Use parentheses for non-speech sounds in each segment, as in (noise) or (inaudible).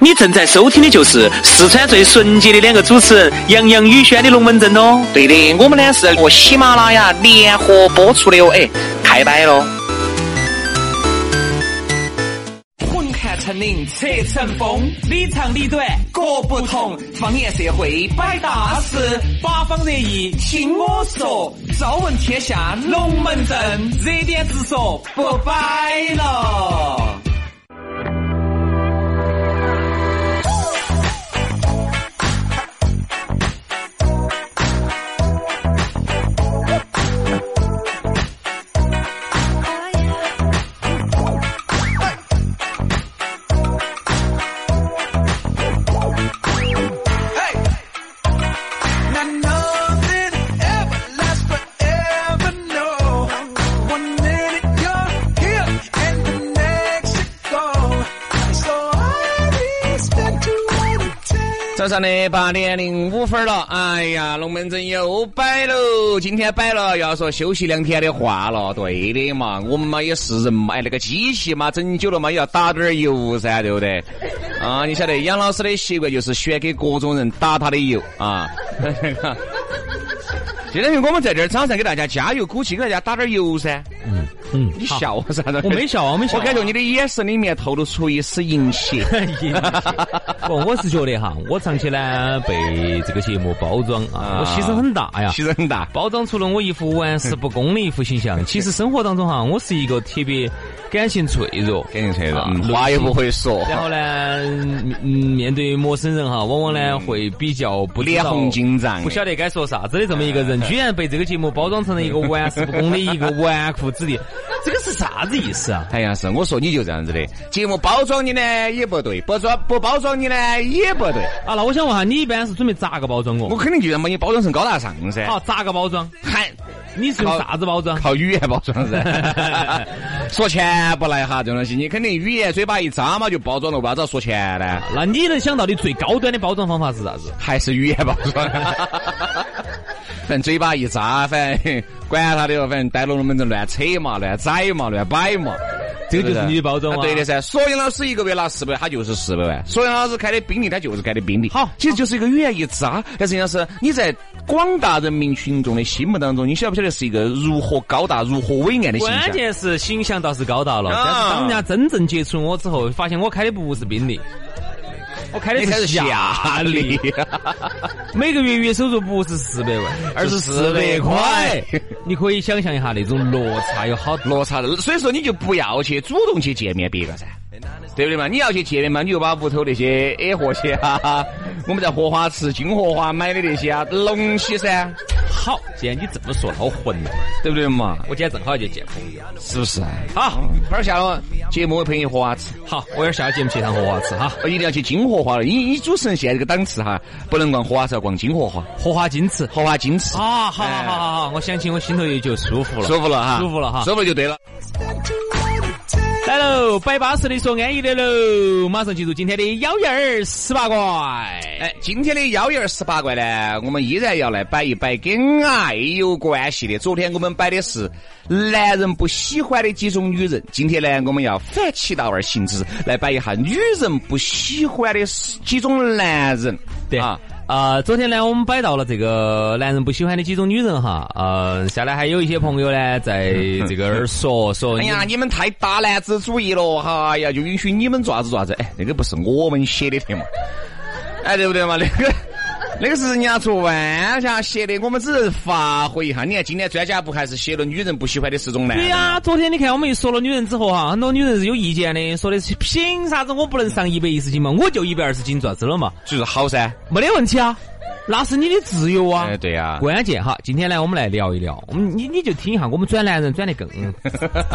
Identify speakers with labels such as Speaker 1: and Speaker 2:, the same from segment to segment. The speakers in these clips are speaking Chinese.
Speaker 1: 你正在收听的就是四川最纯洁的两个主持人杨洋宇轩的龙门阵哦。
Speaker 2: 对的，我们呢是和喜马拉雅联合播出的哦，哎，太摆了。
Speaker 3: 滚看成岭侧成峰，里长里短各不同。方言社会摆大事，八方热议听我说。朝闻天下龙门阵，热点直说不摆了。
Speaker 2: 早上的八点零五分了，哎呀，龙门阵又摆喽！今天摆了，要说休息两天的话了，对的嘛，我们嘛也是人嘛，哎，那个机器嘛，整久了嘛也要打点儿油噻，对不对？啊，你晓得杨老师的习惯就是喜欢给各种人打他的油啊。 (laughs) 今天我们在这儿早上给大家加油鼓气，给大家打点儿油噻。嗯嗯，你笑啥子？
Speaker 4: 我没笑啊，我没笑啊。
Speaker 2: 我感觉你的眼神里面透露出一丝淫邪。
Speaker 4: 淫 (laughs) 不，我是觉得哈，我长期呢被这个节目包装啊，我牺牲很大呀。
Speaker 2: 其实很大。
Speaker 4: 包装出了我一副玩世不恭的一副形
Speaker 2: (laughs)
Speaker 4: 象。其实生活当中哈，我是一个特别感情脆弱，
Speaker 2: 肯定吹的，
Speaker 4: 啊
Speaker 2: 嗯话也不会说，
Speaker 4: 然后呢，嗯，面对陌生人哈，往往呢会比较不知
Speaker 2: 嗯脸
Speaker 4: 道
Speaker 2: 红哎紧张，
Speaker 4: 不晓得该说啥子的这么一个人，居然被这个节目包装成了一个玩世不恭的一
Speaker 2: (laughs)
Speaker 4: 个纨绔子弟，这个是啥子意思啊？
Speaker 2: 哎呀，是我说你就这样子的，节目包装你呢也不对，不装不包装你呢也不对，
Speaker 4: 啊，那我想问下，你一般是准备咋个包装
Speaker 2: 我
Speaker 4: 我？
Speaker 2: 肯定就要把你包装成高大上噻，
Speaker 4: 好，咋个包装？
Speaker 2: 喊
Speaker 4: 你是用啥子包装？
Speaker 2: 靠语言包装噻，说钱不来哈，这种东西你肯定语言嘴巴一张嘛就包装了，为啥子要说钱呢？
Speaker 4: 那你能想到的最高端的包装方法是啥子？
Speaker 2: 还是语言包
Speaker 4: (laughs)
Speaker 2: 装。反正嘴巴一扎，反正管他的哟，反正呆龙龙门阵乱扯嘛，乱宰嘛，乱摆嘛，
Speaker 4: 这个就是
Speaker 2: 不
Speaker 4: 你的包装啊
Speaker 2: 啊对的噻。所以老师一个月拿四百，他就是四百万；所以老师开的宾利，他就是开的宾利。
Speaker 4: 好
Speaker 2: 其实就是一个语言一扎。但是杨老师，你在广大人民群众的心目当中，你晓不晓得是一个如何高大、如何伟岸的形
Speaker 4: 关
Speaker 2: 象？
Speaker 4: 键是形象倒是高大了，
Speaker 2: 啊
Speaker 4: 但是当人家真正接触我之后，发现我开的不是宾利，我开的
Speaker 2: 你才
Speaker 4: 是
Speaker 2: 是
Speaker 4: 夏
Speaker 2: 夏
Speaker 4: 利， (laughs)
Speaker 2: 利，
Speaker 4: 每个月月收入不是四百万，而是400你可以想象一下那种落差有好大。
Speaker 2: 落差的。所以说，你就不要去主动去见面别个噻，对不对嘛？你要去见面嘛，你就把屋头那些野荷些啊， (laughs) 我们在荷花池金荷花买的那些啊，龙起噻，
Speaker 4: 好，既然你这么说，好混了。
Speaker 2: 对不对嘛？
Speaker 4: 我今天正好去见朋友。
Speaker 2: 是不是？
Speaker 4: 好，
Speaker 2: 一会儿下了节目，我陪你荷花池，哦
Speaker 4: 好，我要下节目去趟荷花池哈，
Speaker 2: 我一定要去金荷花了。你你主持人现在这个档次哈，不能逛荷花池，要逛金荷花，
Speaker 4: 荷花金池。
Speaker 2: 荷花金池，
Speaker 4: 啊，好好
Speaker 2: 哎
Speaker 4: 好好好，我想起我心头也就舒服了。
Speaker 2: 舒服了哈，
Speaker 4: 舒服了哈
Speaker 2: 舒服就对了。
Speaker 4: 来喽，摆巴适的说安逸的喽，马上进入今天的幺幺儿十八怪。哎，
Speaker 2: 哎，今天的幺幺二十八怪呢，我们依然要来摆一摆跟爱有关系的。昨天我们摆的是男人不喜欢的几种女人，今天呢，我们要反其道而行之，来摆一下女人不喜欢的几种男人。
Speaker 4: 对啊
Speaker 2: 啊，。
Speaker 4: 呃，昨天呢，我们摆到了这个男人不喜欢的几种女人哈，呃，下来还有一些朋友呢，在这个儿说说，
Speaker 2: (laughs) 哎呀，，你们太大男子主义了哈！哎呀，就允许你们做啥子做啥子。哎，那个不是我们写的题目，哎，对不对嘛？那个。那个是人家做玩笑写的，我们只是发挥一下。你看，今天专家不还是写了女人不喜欢的十种男人
Speaker 4: 对
Speaker 2: 吗？
Speaker 4: 呀、昨天你看我们一说了女人之后哈，很多女人是有意见的，说的是凭啥子我不能上一百一十斤嘛，我就一百二十斤做啥子了嘛，
Speaker 2: 就是好噻。
Speaker 4: 没得问题啊，那是你的自由啊。
Speaker 2: 哎，对呀、
Speaker 4: 关键哈，今天呢，我们来聊一聊，我们你你就听一下，我们转男人转得
Speaker 2: (laughs)
Speaker 4: 更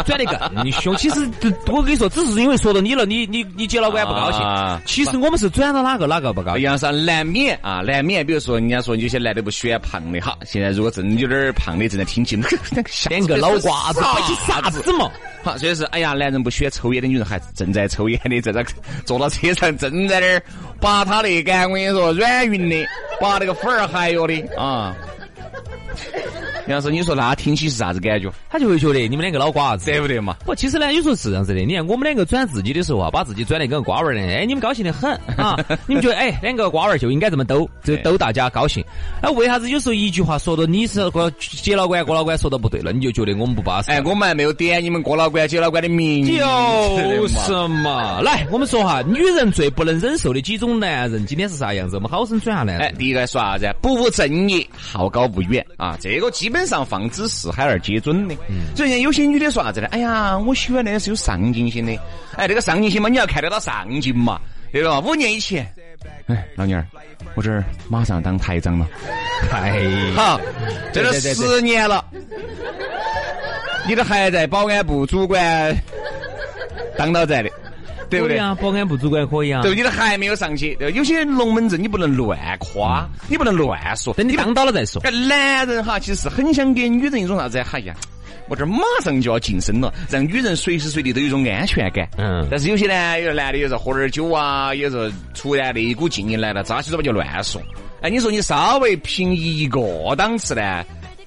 Speaker 4: 转得更凶。其实我跟你说，只是因为说到你了，你你你姐老倌不高兴。
Speaker 2: 啊
Speaker 4: 其实我们是转到哪个哪个不高
Speaker 2: 哎
Speaker 4: 兴。
Speaker 2: 杨上难免啊，难免。比如说，人家说有些男的不喜欢胖的哈，现在如果真有点儿胖的正在听节目， (laughs)
Speaker 4: 两
Speaker 2: 两
Speaker 4: 个脑瓜
Speaker 2: (laughs)
Speaker 4: 子，
Speaker 2: 摆
Speaker 4: 摆起啥子嘛？
Speaker 2: 好，所以是，哎呀，男人不喜欢抽烟的女人，还正在抽烟的，在那坐到车上，正在那儿拔他那杆，我跟你说，软匀的，拔那个粉儿还有的啊。杨老师，你说那他听起是啥子感觉？
Speaker 4: 他就会觉得你们两个老瓜娃子。
Speaker 2: 对不对嘛？
Speaker 4: 不，其实呢，有时候是这样子的。你看我们两个转自己的时候啊，把自己转得跟个瓜娃儿一样，哎，你们高兴得很
Speaker 2: (laughs)
Speaker 4: 啊！你们觉得哎，两个瓜娃儿就应该这么兜，就
Speaker 2: 对
Speaker 4: 兜大家高兴。哎，为啥子有时候一句话说到你是个姐老倌、哥老倌说到不对了，你就觉得我们不巴适？
Speaker 2: 哎，我们还没有点你们郭老倌、姐老倌的名字
Speaker 4: 就
Speaker 2: 对嘛
Speaker 4: 是嘛， (laughs) 来，我们说哈，女人最不能忍受的几种男人，今天是啥样子？我们好生转下男
Speaker 2: 哎，
Speaker 4: 人。
Speaker 2: 第一个说啥子？不务正业，好高骛远
Speaker 4: 嗯
Speaker 2: 啊！这个基本上放之四海而皆准的。所以人家有些女的说啥子呢？哎呀，我喜欢的是有上进心的。哎，这个上进心嘛，你要看得到上进嘛，对吧？五年以前，哎，老娘儿，我这儿马上当台长了。
Speaker 4: 哎，
Speaker 2: (laughs) 好，这
Speaker 4: 对
Speaker 2: 都
Speaker 4: 对对对
Speaker 2: 十年了，你都还在保安部主管当到在的，对不
Speaker 4: 可以
Speaker 2: 对？
Speaker 4: 啊，保安部主管可以啊。
Speaker 2: 对，你都还没有上去。对吧有些龙门阵你不能乱夸，你不能乱说。
Speaker 4: 嗯等你当到了再说。
Speaker 2: 哎，男人哈，其实是很想给女人一种啥子啊？哎呀，我这儿马上就要晋升了，让女人随时随地都有一种安全感。
Speaker 4: 嗯
Speaker 2: 但是有些呢，有的男的有时候喝点儿酒啊，有时候突然的一股劲一来了，扎起嘴巴就乱说。哎，你说你稍微平移一个档次呢？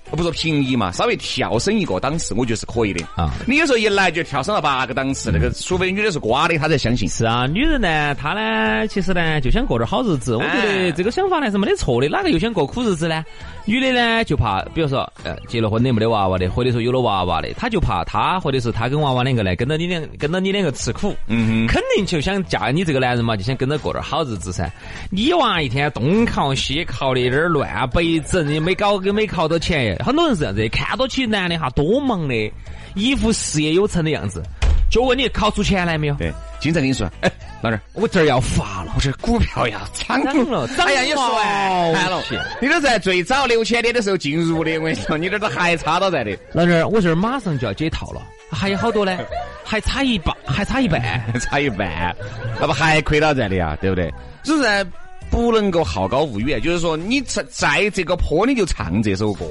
Speaker 2: 哦不说平移嘛，稍微跳升一个档次，我觉得是可以的
Speaker 4: 啊嗯
Speaker 2: 你有时候一来就跳升了八个档次，那个除非女的是瓜的，她才相信。
Speaker 4: 是啊，女人呢，她呢，其实呢，就想过点好日子。我觉
Speaker 2: 哎
Speaker 4: 得这个想法呢是没得错的。哪个又想过苦日子呢？女的呢，就怕，比如说，呃，结了婚的没得娃娃的，或者说有了娃娃的，她就怕她，或者是她跟娃娃两个呢，跟着你两，跟着你两个吃苦。
Speaker 2: 嗯哼，
Speaker 4: 肯定就想嫁你这个男人嘛，就想跟着过点好日子噻。你娃一天东靠西靠的，这儿乱摆整，也没搞也没靠到钱。很多人是这样子，看到起男的哈多忙的，一副事业有成的样子，就问你考出钱来没有？
Speaker 2: 对，经常跟你说，哎，老弟儿，
Speaker 4: 我这儿要发了
Speaker 2: 我。这股票呀，涨
Speaker 4: 涨了涨
Speaker 2: (laughs) 哎呀，你说完
Speaker 4: 了
Speaker 2: 完了，哎你都在最早六千点的时候进入的，我跟你说，你这儿都还差到在的，
Speaker 4: 老弟儿，我这儿马上就要解套了，还有好多呢，还差一半，还差一半。 (laughs)
Speaker 2: 差一半，那不还亏到在的呀，对不对？所以说，不能够好高骛远，就是说你在在这个坡你就唱这首歌，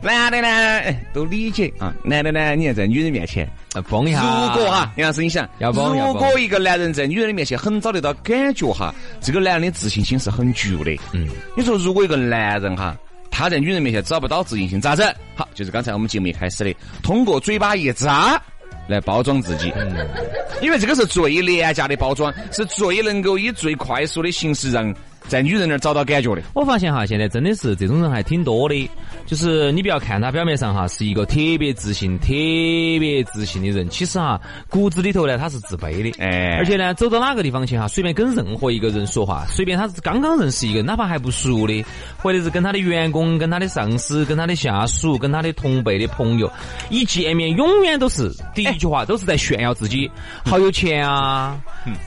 Speaker 2: 男的呢哎都理解啊，男的呢你看在女人面前，
Speaker 4: 崩一
Speaker 2: 如
Speaker 4: 下，
Speaker 2: 果
Speaker 4: 啊
Speaker 2: 哈，杨老师你想，
Speaker 4: 要崩要
Speaker 2: 如
Speaker 4: 崩
Speaker 2: 果一个男人在女人的面前很早得到感觉哈，这个男人的自信心是很足的，
Speaker 4: 嗯，
Speaker 2: 你说，如果一个男人哈，他在女人面前找不到自信心，咋整？好，就是刚才我们节目一开始的，通过嘴巴一扎来包装自己，
Speaker 4: 嗯
Speaker 2: 因为这个是最廉价的包装，是最能够以最快速的形式让在女人那儿找到感觉的。
Speaker 4: 我发现哈，现在真的是这种人还挺多的。就是你不要看他表面上哈是一个特别自信、特别自信的人，其实哈骨子里头呢他是自卑的。
Speaker 2: 哎
Speaker 4: 而且呢，走到哪个地方去哈，随便跟任何一个人说话，随便他刚刚认识一个人，哪怕还不熟的，或者是跟他的员工、跟他的上司、跟他的下属、跟他的同辈的朋友，一见面永远都是第一句话都是在炫耀自己，好有钱啊，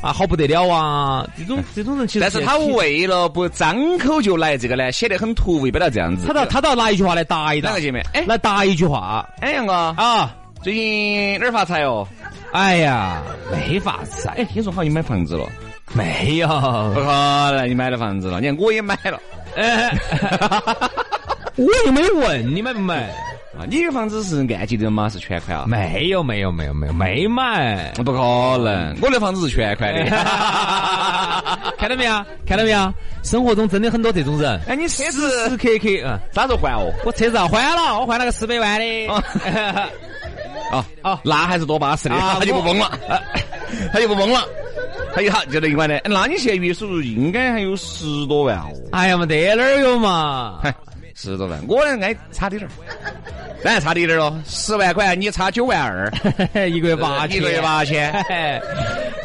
Speaker 4: 啊好不得了啊，这种这种人其实
Speaker 2: 嗯哎但是他
Speaker 4: 挺
Speaker 2: 为了不张口就来这个呢，显得很突兀，不要这样子。
Speaker 4: 他倒他倒拿一句话来答一答，
Speaker 2: 哪个姐妹？哎
Speaker 4: 来答一句话
Speaker 2: 哎杨哥，
Speaker 4: 啊！
Speaker 2: 最近哪儿发财哦？
Speaker 4: 哎呀，没法子，
Speaker 2: 哎
Speaker 4: 哎，，
Speaker 2: 听说好像你买房子了。
Speaker 4: 没 (laughs) 有，
Speaker 2: 不可能，你买了房子了，你看我也买了。
Speaker 4: 哎，我又没问你们买，
Speaker 2: 啊，你的房子是按揭的吗？是全款啊？
Speaker 4: 没有，没有，没有，没有，没买。
Speaker 2: 不可能，我的房子是全款 (laughs) 的。
Speaker 4: (laughs) 看到没有？看到没有？生活中真的很多这种人，
Speaker 2: 哎，你车
Speaker 4: 时
Speaker 2: 子
Speaker 4: 刻刻，嗯，
Speaker 2: 啥时候还 (laughs) 哦？
Speaker 4: 我车子要换了，我换了个四百万的。
Speaker 2: 哦啊
Speaker 4: 哦
Speaker 2: 那还是多巴适的，
Speaker 4: 啊
Speaker 2: 他就不
Speaker 4: 我
Speaker 2: 崩了， (laughs) 他就不崩了。他就好，就另外呢，哎那你现在月收入应该还有十多万哦。
Speaker 4: 哎呀，没得哪儿有嘛？
Speaker 2: 嗨， (laughs) 十多万，我呢挨差点儿，当然差点点儿咯，十万块你差九万 (laughs) 二，
Speaker 4: (laughs) 一个月八千，
Speaker 2: (laughs) 一个月八千。
Speaker 4: (laughs)
Speaker 2: 哎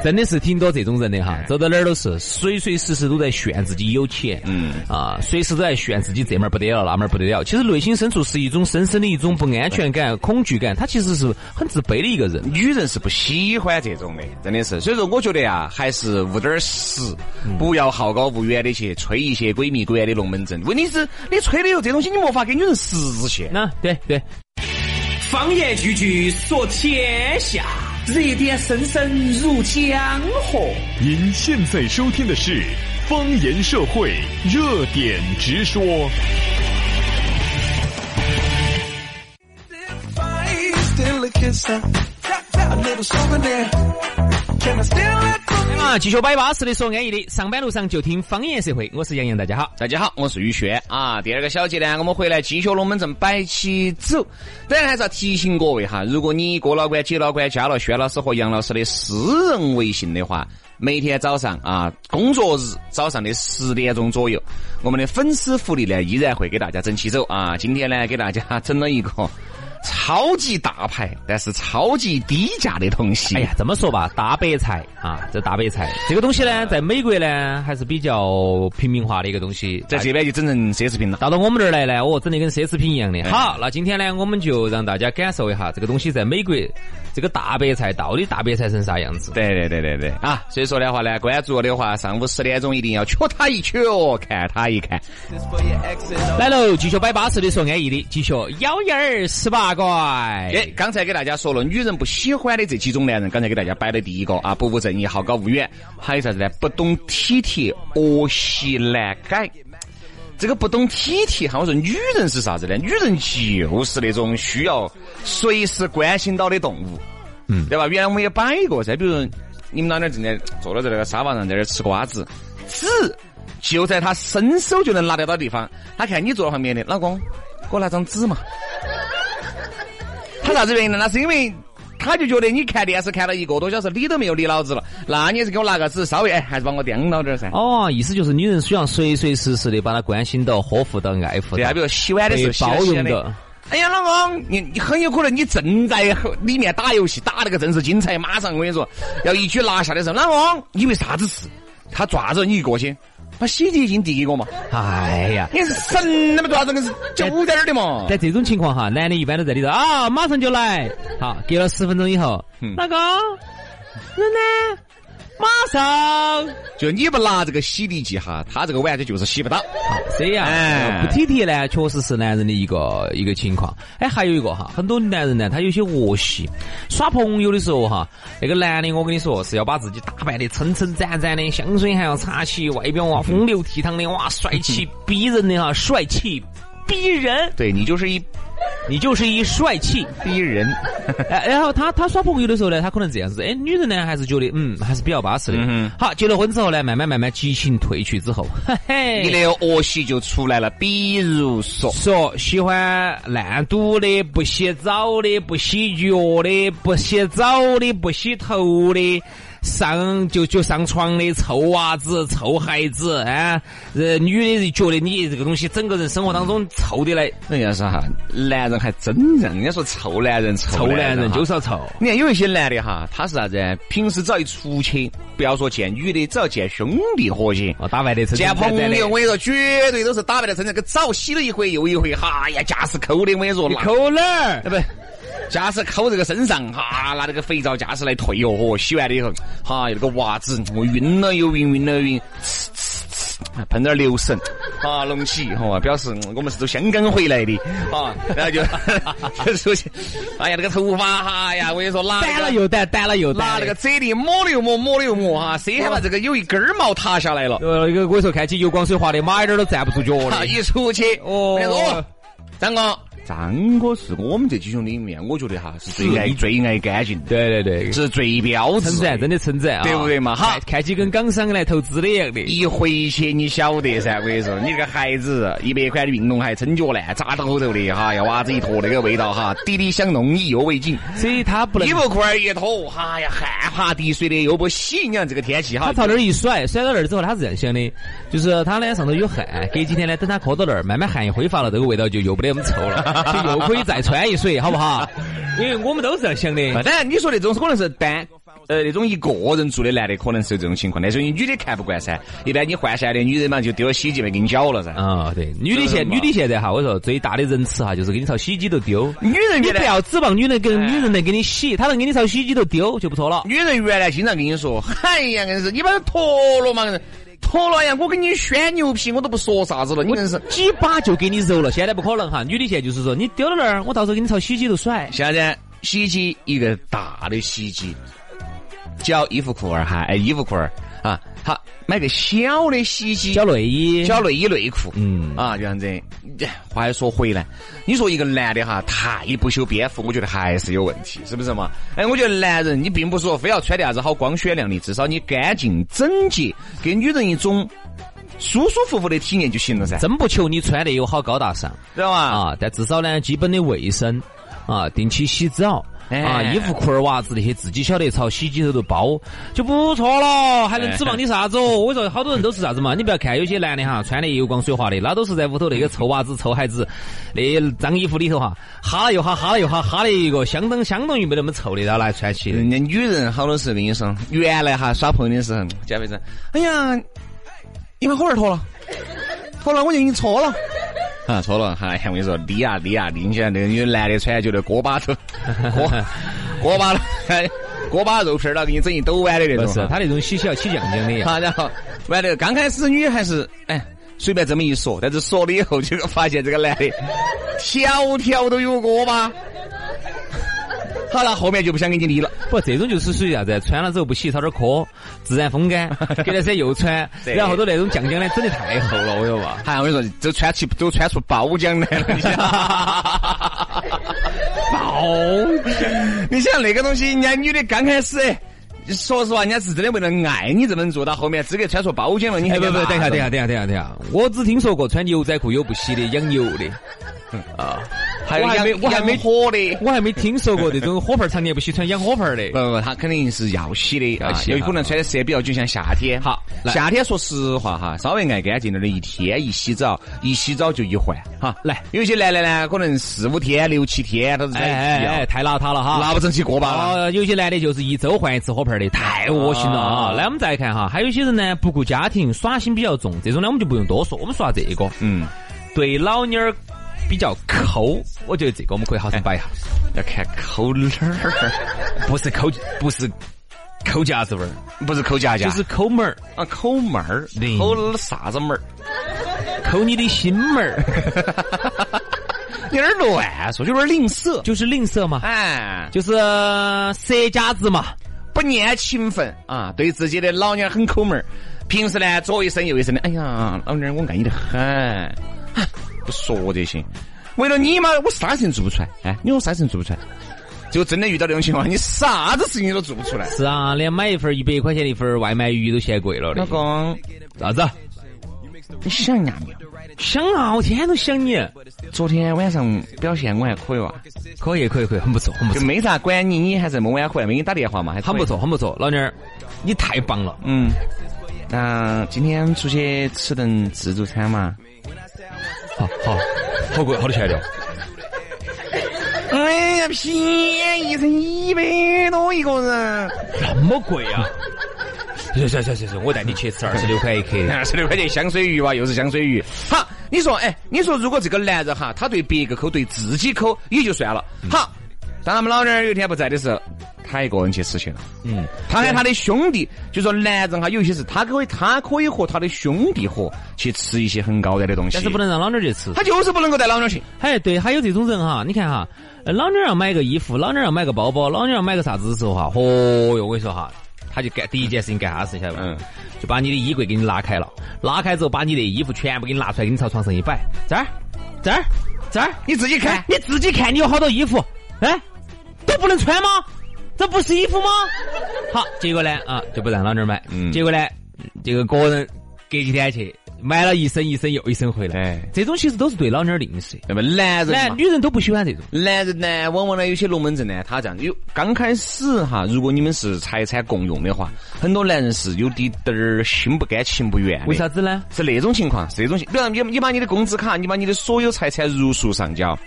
Speaker 4: 真的是挺多这种人的哈，走到哪儿都是随随时时都在炫自己有钱，
Speaker 2: 嗯
Speaker 4: 啊，随时都在炫自己这门儿不得了，那门儿不得了。其实内心深处是一种深深的一种不安全感、恐惧感，他其实是很自卑的一个人。
Speaker 2: 女人是不喜欢这种的，真的是。所以说，我觉得啊，还是务点儿实，
Speaker 4: 嗯
Speaker 2: 不要好高骛远的去吹一些鬼迷鬼眼的龙门阵。问题是，你吹的有这东西，你没法给女人实现。
Speaker 4: 那对对，
Speaker 3: 方言句句说天下，热点声声入江河。
Speaker 5: 您现在收听的是《方言社会》，热点直说。
Speaker 6: Still a kisser. Got a little souvenir. Can I steal it from you?
Speaker 4: 啊，继续摆巴适的说安逸的，上班路上就听方言社会，我是杨洋，大家好。
Speaker 2: 大家好，我是宇轩啊。第二个小节呢，我们回来继续龙门阵摆起走。当然还是要提醒各位哈，如果你郭老倌、姐老倌加了轩老师和杨老师的私人微信的话，每天早上啊，工作日早上的十点钟左右，我们的粉丝福利呢依然会给大家整起走啊。今天呢，给大家整了一个超级大牌，但是超级低价的东西。
Speaker 4: 哎呀，这么说吧，大白菜啊，这大白菜这个东西呢，在美国呢还是比较平民化的一个东西，
Speaker 2: 在这边就整成奢侈品了。
Speaker 4: 到到我们这儿来呢，哦，整的跟奢侈品一样
Speaker 2: 哎
Speaker 4: 的。好，那今天呢，我们就让大家感受一下这个东西在美国这个大白菜到底大白菜成啥样子。
Speaker 2: 对对对对对啊！所以说的话呢，关注的话，上午十点钟一定要瞧他一瞧，看他一看。
Speaker 4: 来喽，继续摆巴适的说安逸的，继续咬眼儿十八拐。
Speaker 2: 哎，刚才给大家说了，女人不喜欢的这几种男人，刚才给大家摆的第一个啊，不务正业、好高骛远，还有啥子呢？不懂体贴、哦恶习难改。这个不懂体贴哈，我说女人是啥子呢？女人就是那种需要随时关心到的动物，嗯，对吧？原来我们也摆过噻，比如你们老娘正在坐到在那个沙发上在那儿吃瓜子，纸就在她伸手就能拿得到的地方，她看你坐到旁边的，老公，给我拿张纸嘛。他啥子原因呢？那是因为他就觉得你看电视看了一个多小时，理都没有理脑子了，那你也是给我拿个纸，稍微哎，还是帮我掂到点儿噻。
Speaker 4: 哦，意思就是女人需要随随时时的把她关心到、呵护到、爱护
Speaker 2: 对啊，
Speaker 4: 到
Speaker 2: 比。如洗碗的时候，
Speaker 4: 被
Speaker 2: 洗了
Speaker 4: 包
Speaker 2: 洗
Speaker 4: 容
Speaker 2: 的
Speaker 4: 的。
Speaker 2: 哎呀，老公，你你很有可能你正在里面打游戏，打那个正是精彩，马上我跟你说，要一举拿下的时候，老公，你为啥子事？他抓着你一个先，把洗洁精递给我嘛，
Speaker 4: 哎呀，
Speaker 2: 你是神那么抓着个是九点儿的嘛？
Speaker 4: 在这种情况哈，男的一般都在里头啊，马上就来。好，隔了十分钟以后，老公，人呢？马上。
Speaker 2: 就你不拿这个洗涤剂哈，他这个碗就就是洗不到。
Speaker 4: 这样，
Speaker 2: 哎
Speaker 4: 不体贴呢，确实是男人的一个一个情况。哎，还有一个哈，很多男人呢，他有些恶习，耍朋友的时候哈，那个男的，我跟你说是要把自己打扮的撑撑展展的，香水还要擦起，外表哇风流倜傥的，哇帅气逼人的哈，帅气逼人，
Speaker 2: 对你就是一
Speaker 4: 你就是一帅气。
Speaker 2: 逼人。
Speaker 4: 哎，然后他他耍朋友的时候呢，他可能这样子，哎，女人呢还是觉得嗯还是比较巴适的。
Speaker 2: 嗯
Speaker 4: 好，结了婚之后呢，慢慢慢慢激情褪去之后，嘿嘿，
Speaker 2: (laughs) 你的恶习就出来了，比如说，
Speaker 4: 说喜欢烂赌的、不洗澡的、不洗脚的、不洗澡的、不洗头的，上就就上床的臭袜子、臭鞋子，啊，呃，女的就觉得你这个东西整个人生活当中臭的来，
Speaker 2: 人家说哈，男人还真让人家说臭男人，
Speaker 4: 臭
Speaker 2: 臭。
Speaker 4: 男人就是是要臭。
Speaker 2: 你看有一些男的哈，他是啥子啊？平时只要一出去，不要说见女的，只要见兄弟伙去，
Speaker 4: 哦，打扮的
Speaker 2: 见朋友，我跟你说，绝对都是打扮的成那个澡洗了一回又一回，哈哎呀，架势抠的，我跟你说，那
Speaker 4: 抠哪儿？
Speaker 2: 哎不，架势抠这个身上，哈，拿那个肥皂架势来退哟，嚯，洗完了以后，哈，那个袜子我晕了又晕，晕了又晕，呲呲呲喷点流神，啊，隆起，哈、表示嗯我们是从香港回来的，啊，然后就 (laughs) 就出去，哎呀，那个头发，哈呀，我跟你说，拿那
Speaker 4: 掸了
Speaker 2: 个
Speaker 4: 又掸，掸了又掸，
Speaker 2: 拿那个啫喱抹了又抹，抹了又抹，哈，生怕这个有一根儿毛塌下来了，
Speaker 4: 呃，那个我跟你说，看起油光水滑的，马眼儿都站不住脚
Speaker 2: (laughs) 啊，
Speaker 4: 的。
Speaker 2: 一出去，
Speaker 4: 哦
Speaker 2: 我跟你说哦，张哥。张哥是我们这几兄弟里面，我觉得哈是最爱最爱干净的。
Speaker 4: 对对对，
Speaker 2: 是最标
Speaker 4: 称
Speaker 2: 志
Speaker 4: 赞，真的称赞啊，
Speaker 2: 对不对嘛哈
Speaker 4: 看看起跟港商来投资的一样的。
Speaker 2: 一回去你晓得噻，我跟你说，你这个孩子一百块的运动鞋，撑脚烂，扎到后头的哈，要袜子一脱，那个味道哈，滴滴响浓，意犹未尽。
Speaker 4: 所以他不能
Speaker 2: 衣，服裤儿一脱，哈呀，汗爬滴水的，又不洗，你看这个天气
Speaker 4: 他
Speaker 2: 哈，
Speaker 4: 朝那儿一甩，甩到那儿之后，他是这样想的，就是他呢上头有汗，隔几天呢等他磕到那儿，慢慢汗一挥发了，这个味道就又不得那么臭了，就又可以再穿一水，好不好？因为我们都是这样想的。
Speaker 2: 当然你说那种可能是单。呃，那种一个人住的男的可能是有这种情况，但是女的看不惯噻。一般你换下来的女人嘛，就丢到洗衣机里面给你搅了噻。
Speaker 4: 啊、对，女的现
Speaker 2: 是吧
Speaker 4: 女的现在哈，我说最大的仁慈哈，就是给你朝洗衣机头丢。
Speaker 2: 女人
Speaker 4: 嗯你
Speaker 2: 原
Speaker 4: 不
Speaker 2: 来，
Speaker 4: 要指望女人跟女人来给你洗，她能给你朝洗衣机头丢就不错了。
Speaker 2: 女人原来经常跟你说，哎呀，硬是你把它脱了嘛，硬是脱了呀，我跟你宣牛皮，我都不说啥子了，你硬是。
Speaker 4: 几把就给你揉了，现在不可能哈。女的现在就是说，你丢到那儿，我到时候给你朝洗衣机头甩。
Speaker 2: 现在洗衣机一个大的洗衣机，脚衣服裤儿哈，哎，衣服裤儿啊，好，买个小的洗衣机，
Speaker 4: 小内衣，
Speaker 2: 小内衣内裤，
Speaker 4: 嗯
Speaker 2: 啊，就这样子。哎话又说回来，你说一个男的哈，太不修边幅，我觉得还是有问题，是不是嘛？哎，我觉得男人你并不是说非要穿的啥子好光鲜亮丽，至少你干净整洁，给女人一种舒舒服服的体验就行了噻，
Speaker 4: 真不求你穿的有好高大上
Speaker 2: 知道吧？
Speaker 4: 啊，但至少呢，基本的卫生啊，定期洗澡。啊，
Speaker 2: 哎
Speaker 4: 衣服、裤儿、袜子那些自己晓得，朝洗机头头包就不错了，还
Speaker 2: 哎
Speaker 4: 能指望你啥子哦？我跟你说，好多人都是啥子嘛，你不要看有些男的哈，穿的油光水滑的，那都是在屋头那个臭袜子、臭鞋子、那脏衣服里头哈，哈了又哈，哈了又哈，哈了一个相当相当于没那么臭的，然后来穿起的。
Speaker 2: 人家女人好多是跟你说，原来哈耍朋友的时候，加辈子，哎呀，你把火儿脱了，脱了我就给你搓了。啊，搓了！哎呀，我跟你说，理啊理啊理，你想那个女男的穿觉得锅巴头，锅锅巴了，锅巴肉片儿了，给你整一兜碗的那种。
Speaker 4: 不是，他那种洗洗要起酱酱的 (laughs) 呀。
Speaker 2: 好，然后完了，刚开始女还是哎随便这么一说，但是说了以后，结果发现这个男的条条都有锅巴。好了，后面就不想跟你理了。
Speaker 4: 不，这种就是属于啥子？穿了之后不洗，它点磕，自然风 (laughs) 干。隔段时间又穿，
Speaker 2: 对
Speaker 4: 然后后头那种酱酱呢，整的太厚了，我跟啊你说吧。
Speaker 2: 哎，我跟你说，都穿起都穿出包浆来 (laughs) 了，你想？包浆，你想那个东西，人家女的刚开始。哎说实话，人家是真的为了爱你这么做，到后面资格穿出包浆了，你还
Speaker 4: 哎，不不，等一下，等一
Speaker 2: 下，
Speaker 4: 下，等一下，等一下，等一下，我只听说过穿牛仔裤有不洗的，养牛的。 (laughs)
Speaker 2: 还有
Speaker 4: 我还
Speaker 2: 养
Speaker 4: 没我还没
Speaker 2: 养火的，
Speaker 4: 我还没听说过这种火盆儿常年 (laughs) 不洗穿养火盆儿的
Speaker 2: (laughs) 不。不，不，他肯定是要洗的
Speaker 4: 要
Speaker 2: 啊，
Speaker 4: 洗
Speaker 2: 有
Speaker 4: 哈
Speaker 2: 可能穿的时间比较久，像夏天。
Speaker 4: 好来
Speaker 2: 夏天说实话哈，稍微爱干净点的，一天一洗澡，一洗澡就一换哈。
Speaker 4: 来，
Speaker 2: 有些男的呢，可能四五天、六七天都是
Speaker 4: 哎
Speaker 2: 在一
Speaker 4: 哎
Speaker 2: 起
Speaker 4: 哎，
Speaker 2: 啊，
Speaker 4: 太邋遢了哈！
Speaker 2: 拿不整起锅巴了。
Speaker 4: 哦，有些男的就是一周换一次火盆儿的，太恶心了啊！
Speaker 2: 啊
Speaker 4: 来，我们再看哈，还有一些人呢不顾家庭，耍心比较重，这种呢我们就不用多说，我们说下这个，
Speaker 2: (laughs) 嗯，
Speaker 4: 对老妞儿比较抠，我觉得这个我们可以好生摆一下，
Speaker 2: 要看抠哪儿，
Speaker 4: 哎不是抠，不是抠夹子味儿，
Speaker 2: 不是抠夹夹，
Speaker 4: 就是抠门儿，
Speaker 2: 啊抠门儿
Speaker 4: 对，
Speaker 2: 抠啥子门儿？
Speaker 4: 抠你的心门 (laughs) 儿，
Speaker 2: 有点乱说，有点吝啬。
Speaker 4: 就是吝啬嘛，
Speaker 2: 哎，
Speaker 4: 就是舌夹子嘛。
Speaker 2: 不念情分啊，对自己的老娘很抠门儿。平时呢，左一声右一声的，哎呀，老娘我爱你得很，哼不说这些。为了你嘛，我啥事情做不出来。哎，你说我啥事情做不出来？就真的遇到这种情况，你啥子事情都做不出来。
Speaker 4: 是啊，连买一份一百块钱的一份外卖鱼都嫌贵了的
Speaker 2: 老。公，
Speaker 4: 啥子？
Speaker 2: 你想人家没有？
Speaker 4: 想啊，我天天都想你。
Speaker 2: 昨天晚上表现我还可以哇，
Speaker 4: 可以，可以，可以，很不错，很不
Speaker 2: 就
Speaker 4: 错，
Speaker 2: 没啥管你，你还这么晚回来没给你打电话嘛，还可以
Speaker 4: 很不。错，很不错。老妞儿，你太棒了。
Speaker 2: 嗯，那今天出去吃顿自助餐嘛？
Speaker 4: 好好，好贵，好多钱了。
Speaker 2: 哎呀，便宜才一百多一个人，
Speaker 4: 那么贵啊！ (laughs) 行行行行行，我带你去吃二十六块一克的。
Speaker 2: 二十六块钱香水鱼哇，又是香水鱼。好，你说，哎，你说如果这个男人哈，他对别个抠，对自己抠也就算了。好，当他们老娘儿有一天不在的时候，他一个人去吃去了。
Speaker 4: 嗯，
Speaker 2: 他喊他的兄弟，就说男人哈，有一些是他可以，他可以和他的兄弟伙去吃一些很高端的东西，
Speaker 4: 但是不，能让老妞儿去吃。
Speaker 2: 他就是不能够带老娘儿去。
Speaker 4: 哎，对，还有这种人哈，你看哈，呃老妞儿要买个衣服，老妞儿要买个包包，老妞儿要买个啥子的时候哈，哦哟，我跟你说哈，他就干第一件事情干啥事情晓得吧？
Speaker 2: 嗯
Speaker 4: 就把你的衣柜给你拉开了，拉开之后把你的衣服全部给你拿出来，给你朝床上一摆，这儿，这儿，这儿，
Speaker 2: 你自己看
Speaker 4: 哎，你自己看你有好多衣服，哎，都不能穿吗？这不是衣服吗？好，结果呢啊就不让老妞儿买，
Speaker 2: 嗯
Speaker 4: 结果呢这个个人隔几天去买了一身一身又一身回来，
Speaker 2: 哎
Speaker 4: 这种其实都是对老妞儿吝啬。
Speaker 2: 那么男人
Speaker 4: 男
Speaker 2: 嘛
Speaker 4: 女人都不喜欢这种。
Speaker 2: 男人呢，往往呢有些龙门阵呢，他这样有刚开始哈，如果你们是财产共用的话，很多男人是有滴点儿心不甘情不愿的。
Speaker 4: 为啥？子呢？
Speaker 2: 是那种情况，是那种情，比如说你你把你的工资卡，你把你的所有财产如数上缴。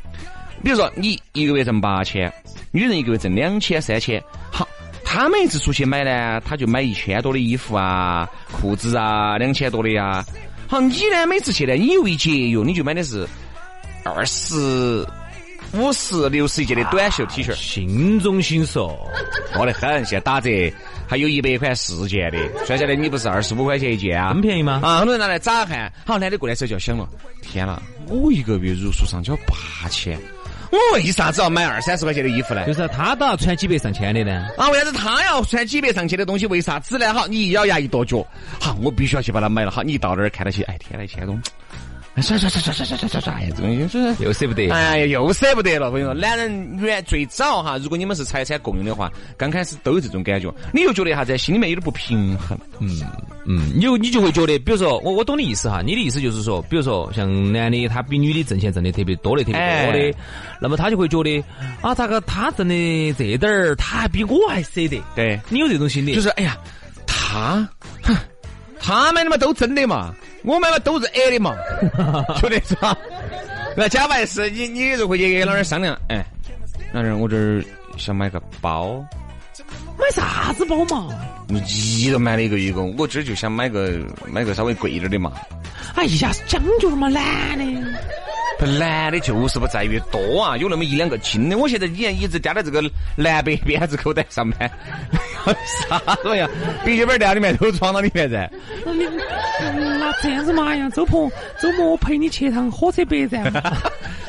Speaker 2: 比如说你一个月挣八千，女人一个月挣两千三千，好，她每次出去买呢，她就买一千多的衣服啊、裤子啊，两千多的呀、好，你呢每次去呢，你又一节约，你就买的是二十。五十六十一件的短袖 T 恤，
Speaker 4: 心中心瘦，
Speaker 2: 好得很，现在打折，还有一百块四件的，算下来你不是二十五块钱一件啊？
Speaker 4: 很便宜吗？
Speaker 2: 啊，很多人拿来咋汗。好，男的过来时候就要想了，天啦，我一个月入数上交八千，我为啥子要买二三十块钱的衣服呢？
Speaker 4: 就是他都要穿几百上千的呢。
Speaker 2: 啊，为啥子他要穿几百上去的东西？为啥子呢？好，你一咬牙一跺脚，好，我必须要去把它买了。好，你一到那儿看到起，哎，天呐，一千多，哎，算算算算算算算算算，哎，这东西是。
Speaker 4: 又舍不得，
Speaker 2: 哎呀，又舍不得了！我跟你说，男人原最早哈，如果你们是财产共用的话，刚开始都有这种感觉，你又觉得啥子，心里面有点不平衡。
Speaker 4: 嗯，你就你就会觉得，比如说我我懂你意思哈，你的意思就是说，比如说像男的他比女的挣钱挣的特别多的特别多的，
Speaker 2: 哎
Speaker 4: 那么他就会觉得啊，咋个他挣的这点儿，他还比我还舍得？
Speaker 2: 对
Speaker 4: 你有这种心理，
Speaker 2: 就是哎呀，他，哼，他买的嘛都真的嘛，我买嘛都是 A 的嘛， (laughs) 就那是吧？那加白是你你如回去跟老儿商量，哎，老儿我这儿想买个包，
Speaker 4: 买啥子包嘛？
Speaker 2: 你一人买了一个一个，我这儿就想买个买个稍微贵一点的嘛。
Speaker 4: 哎呀，将就嘛，男的。
Speaker 2: 不男的就是不在于多啊，有那么一两个轻的。我现在依然一直夹在这个南北辫子口袋上面， (laughs) 啥玩意儿？笔记本袋里面都装到里面噻。
Speaker 6: 你 (laughs) 那这样子嘛呀，周鹏，周末我陪你去一趟火车北站嘛， (laughs)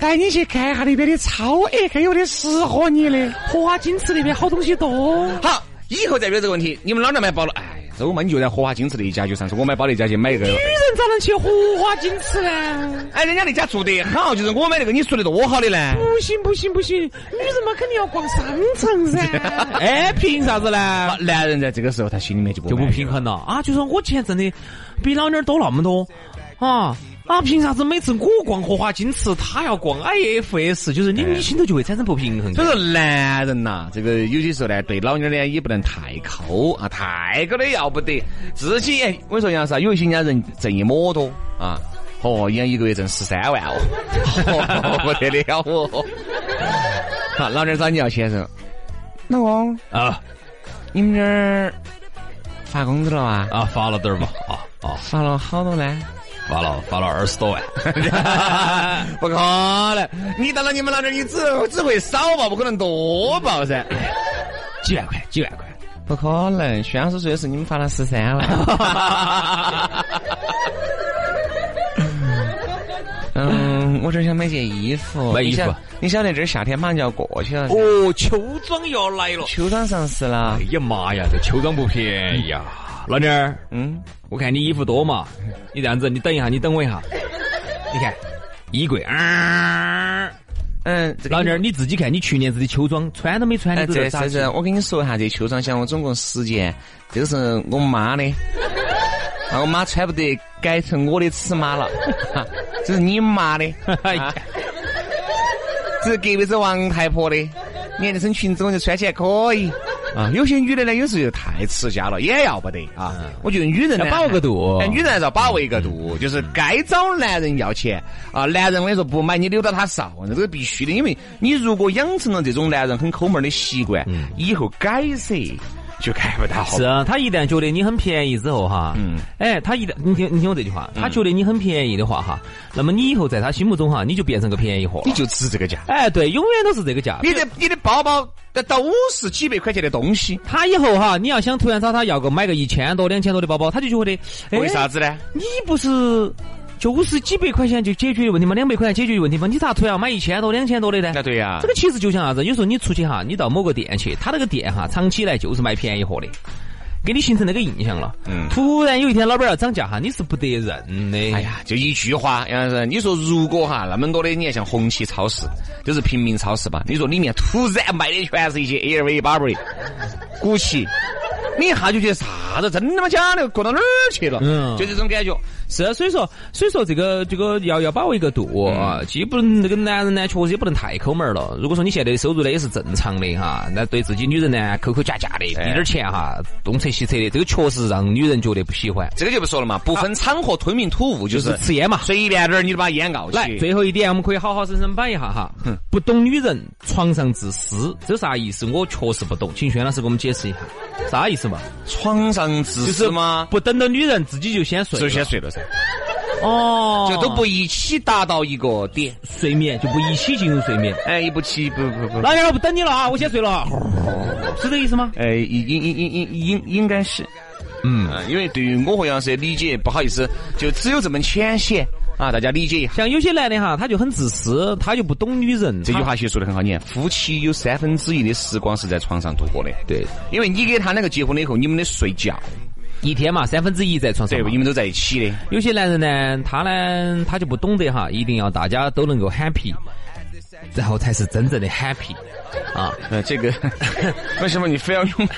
Speaker 6: 带你去看一下那边的超 A 很有的适合你的，荷花矜持那边好东西多。
Speaker 2: 好，以后再约这个问题，你们老娘买包了，哎，周嘛你就在荷花矜持那一家就上去，我买包那家去买一个。
Speaker 6: 女人咋能去荷花矜持啊呢？
Speaker 2: 哎，人家那家做得好，就是我买那个你说的多好的呢。
Speaker 6: 不行不行不行，女人嘛肯定要逛商场噻。
Speaker 4: 哎，凭啥子呢
Speaker 2: 啊？男人在这个时候他心里面就不
Speaker 4: 就不
Speaker 2: 满意
Speaker 4: 平衡了啊！就说我钱挣的比老娘多那么多啊啊！凭啥子每次我逛荷花矜持，他要逛 IFS？就是
Speaker 2: 哎
Speaker 4: 你你心头就会产生不平衡
Speaker 2: 所
Speaker 4: 感
Speaker 2: 以。说，男人呐、这个有些时候呢，对老妞儿呢也不能太抠啊，太抠的要不得。自己，哎我跟你说杨啥，有一些人家人挣一么多啊，哦，人家一个月挣十三万哦，哦不得了哦。好，老妞儿找你要先生，老公
Speaker 4: 啊
Speaker 2: 你们这儿发工资了吗？
Speaker 4: 啊，发了点儿吧啊啊，
Speaker 2: 发了好多呢？
Speaker 4: 发了发了二十多
Speaker 2: (laughs)
Speaker 4: 万，
Speaker 2: 不可能，你到了你们那儿，你只只会少报，不可能多报噻。
Speaker 4: 几万块几万块。
Speaker 2: 不可能，轩老师说的是你们发了十三 (laughs) 万。嗯，我这儿想买件衣服，
Speaker 4: 买衣
Speaker 2: 你
Speaker 4: 服
Speaker 2: 晓你晓得这儿夏天马上就要过去了，
Speaker 4: 哦，秋装要来了！
Speaker 2: 秋装上市了
Speaker 4: 哎。呀妈呀，这秋装不便宜啊！老娘儿，
Speaker 2: 嗯，
Speaker 4: 我看你衣服多嘛，你这样子，你等一下，你等我一下。你看，衣柜啊。
Speaker 2: 嗯，这个
Speaker 4: 老妞儿，你自己看，你去年子的秋装穿都没穿，
Speaker 2: 哎，
Speaker 4: 你都在
Speaker 2: 这这
Speaker 4: 啥
Speaker 2: 是我跟你说一下，这秋装箱我总共十件，这个是我妈的， (laughs) 啊，我妈穿不得，改成我的尺码了， (laughs) 哈这是你妈
Speaker 4: (laughs)
Speaker 2: 的，
Speaker 4: 哎
Speaker 2: 啊
Speaker 4: 呀、
Speaker 2: 这是隔壁是王太婆的，你看这身裙子我就穿起来可以。啊，有些女的呢，有时候就太持家了，也要不得啊。我觉得女人呢
Speaker 4: 嗯要把握个度
Speaker 2: 哎女人还是要把握一个
Speaker 4: 嗯
Speaker 2: 度，就是该找男人要钱啊。男人我跟你说，不买你留到他少，这个必须的，因为你如果养成了这种男人很抠门儿的习惯，以后改色就改不到。
Speaker 4: 嗯是啊，他一旦觉得你很便宜之后哈，
Speaker 2: 嗯
Speaker 4: 哎，他一旦你听你听我这句话，他觉得你很便宜的话哈，那么你以后在他心目中哈，你就变成个便宜货了
Speaker 2: 你就值这个价，
Speaker 4: 哎，对，永远都是这个价。
Speaker 2: 你的你的包包那都是几百块钱的东西，
Speaker 4: 他以后哈，你要想突然找他要个买个一千多、两千多的包包，他就觉得，哎
Speaker 2: 为啥子呢？
Speaker 4: 你不是就是几百块钱就解决的问题吗？两百块钱解决的问题吗？你咋突然要买一千多、两千多的呢？
Speaker 2: 那对呀、
Speaker 4: 这个其实就像啥子？有时候你出去哈，你到某个店去，他那个店哈，长期以来就是卖便宜货的，给你形成那个印象了。
Speaker 2: 嗯
Speaker 4: 突然有一天老板要涨价哈，你是不得认的。
Speaker 2: 哎，呀，就一句话，杨老师，你说如果哈那么多的，你看像红旗超市，就是平民超市吧？你说里面突然卖的全是一些 LV、Burberry、古奇，你一下就觉得啥子真他妈假的，过到哪儿去了？
Speaker 4: 嗯
Speaker 2: 就这种感觉。
Speaker 4: 是啊，所以说，所以说这个这个要要把握一个度
Speaker 2: 嗯
Speaker 4: 啊，既不能那个男人呢，确实也不能太抠门儿了。如果说你现在的收入呢也是正常的哈，那对自己女人呢抠抠夹夹的，
Speaker 2: 哎
Speaker 4: 滴点儿钱哈，东扯西扯的，这个确实让女人觉得不喜欢。
Speaker 2: 这个就不说了嘛，不分场合吞云吐雾，就是
Speaker 4: 吃烟嘛，
Speaker 2: 随便点儿，你就把烟傲起。
Speaker 4: 来，最后一点，我们可以好好生生摆一下哈。不懂女人，床上自私，这啥意思？我确实不懂，请轩老师给我们解释一下，啥意思嘛？
Speaker 2: 床上自
Speaker 4: 就
Speaker 2: 私
Speaker 4: 是
Speaker 2: 吗？
Speaker 4: 不等到女人，自己就先睡了，
Speaker 2: 首先睡了噻，
Speaker 4: 哦，
Speaker 2: 就都不一起达到一个点，
Speaker 4: 睡眠，就不一起进入睡眠。
Speaker 2: 哎，一不起，不不不，
Speaker 4: 老娘我不等你了啊，我先睡了
Speaker 2: (laughs)
Speaker 4: 啊，是这个意思吗？
Speaker 2: 哎，应应应应应应应该啊是，嗯，因为对于我和杨老师的理解，不好意思，就只有这么浅显啊，大家理解一下。
Speaker 4: 像有些男的哈，他就很自私，他就不懂女人。
Speaker 2: 这句
Speaker 4: 他
Speaker 2: 话其实说的很好，你看，夫妻有三分之一的时光是在床上度过的，
Speaker 4: 对，
Speaker 2: 因为你给他两个结婚了以后，你们的睡觉，
Speaker 4: 一天嘛，三分之一在床上
Speaker 2: 对
Speaker 4: 嘛。
Speaker 2: 吧？你们都在一起的，
Speaker 4: 有些男人呢，他呢，他就不懂得哈，一定要大家都能够 happy，然后才是真正的 happy 啊。
Speaker 2: 呃，这个 (laughs) 为什么你非要用？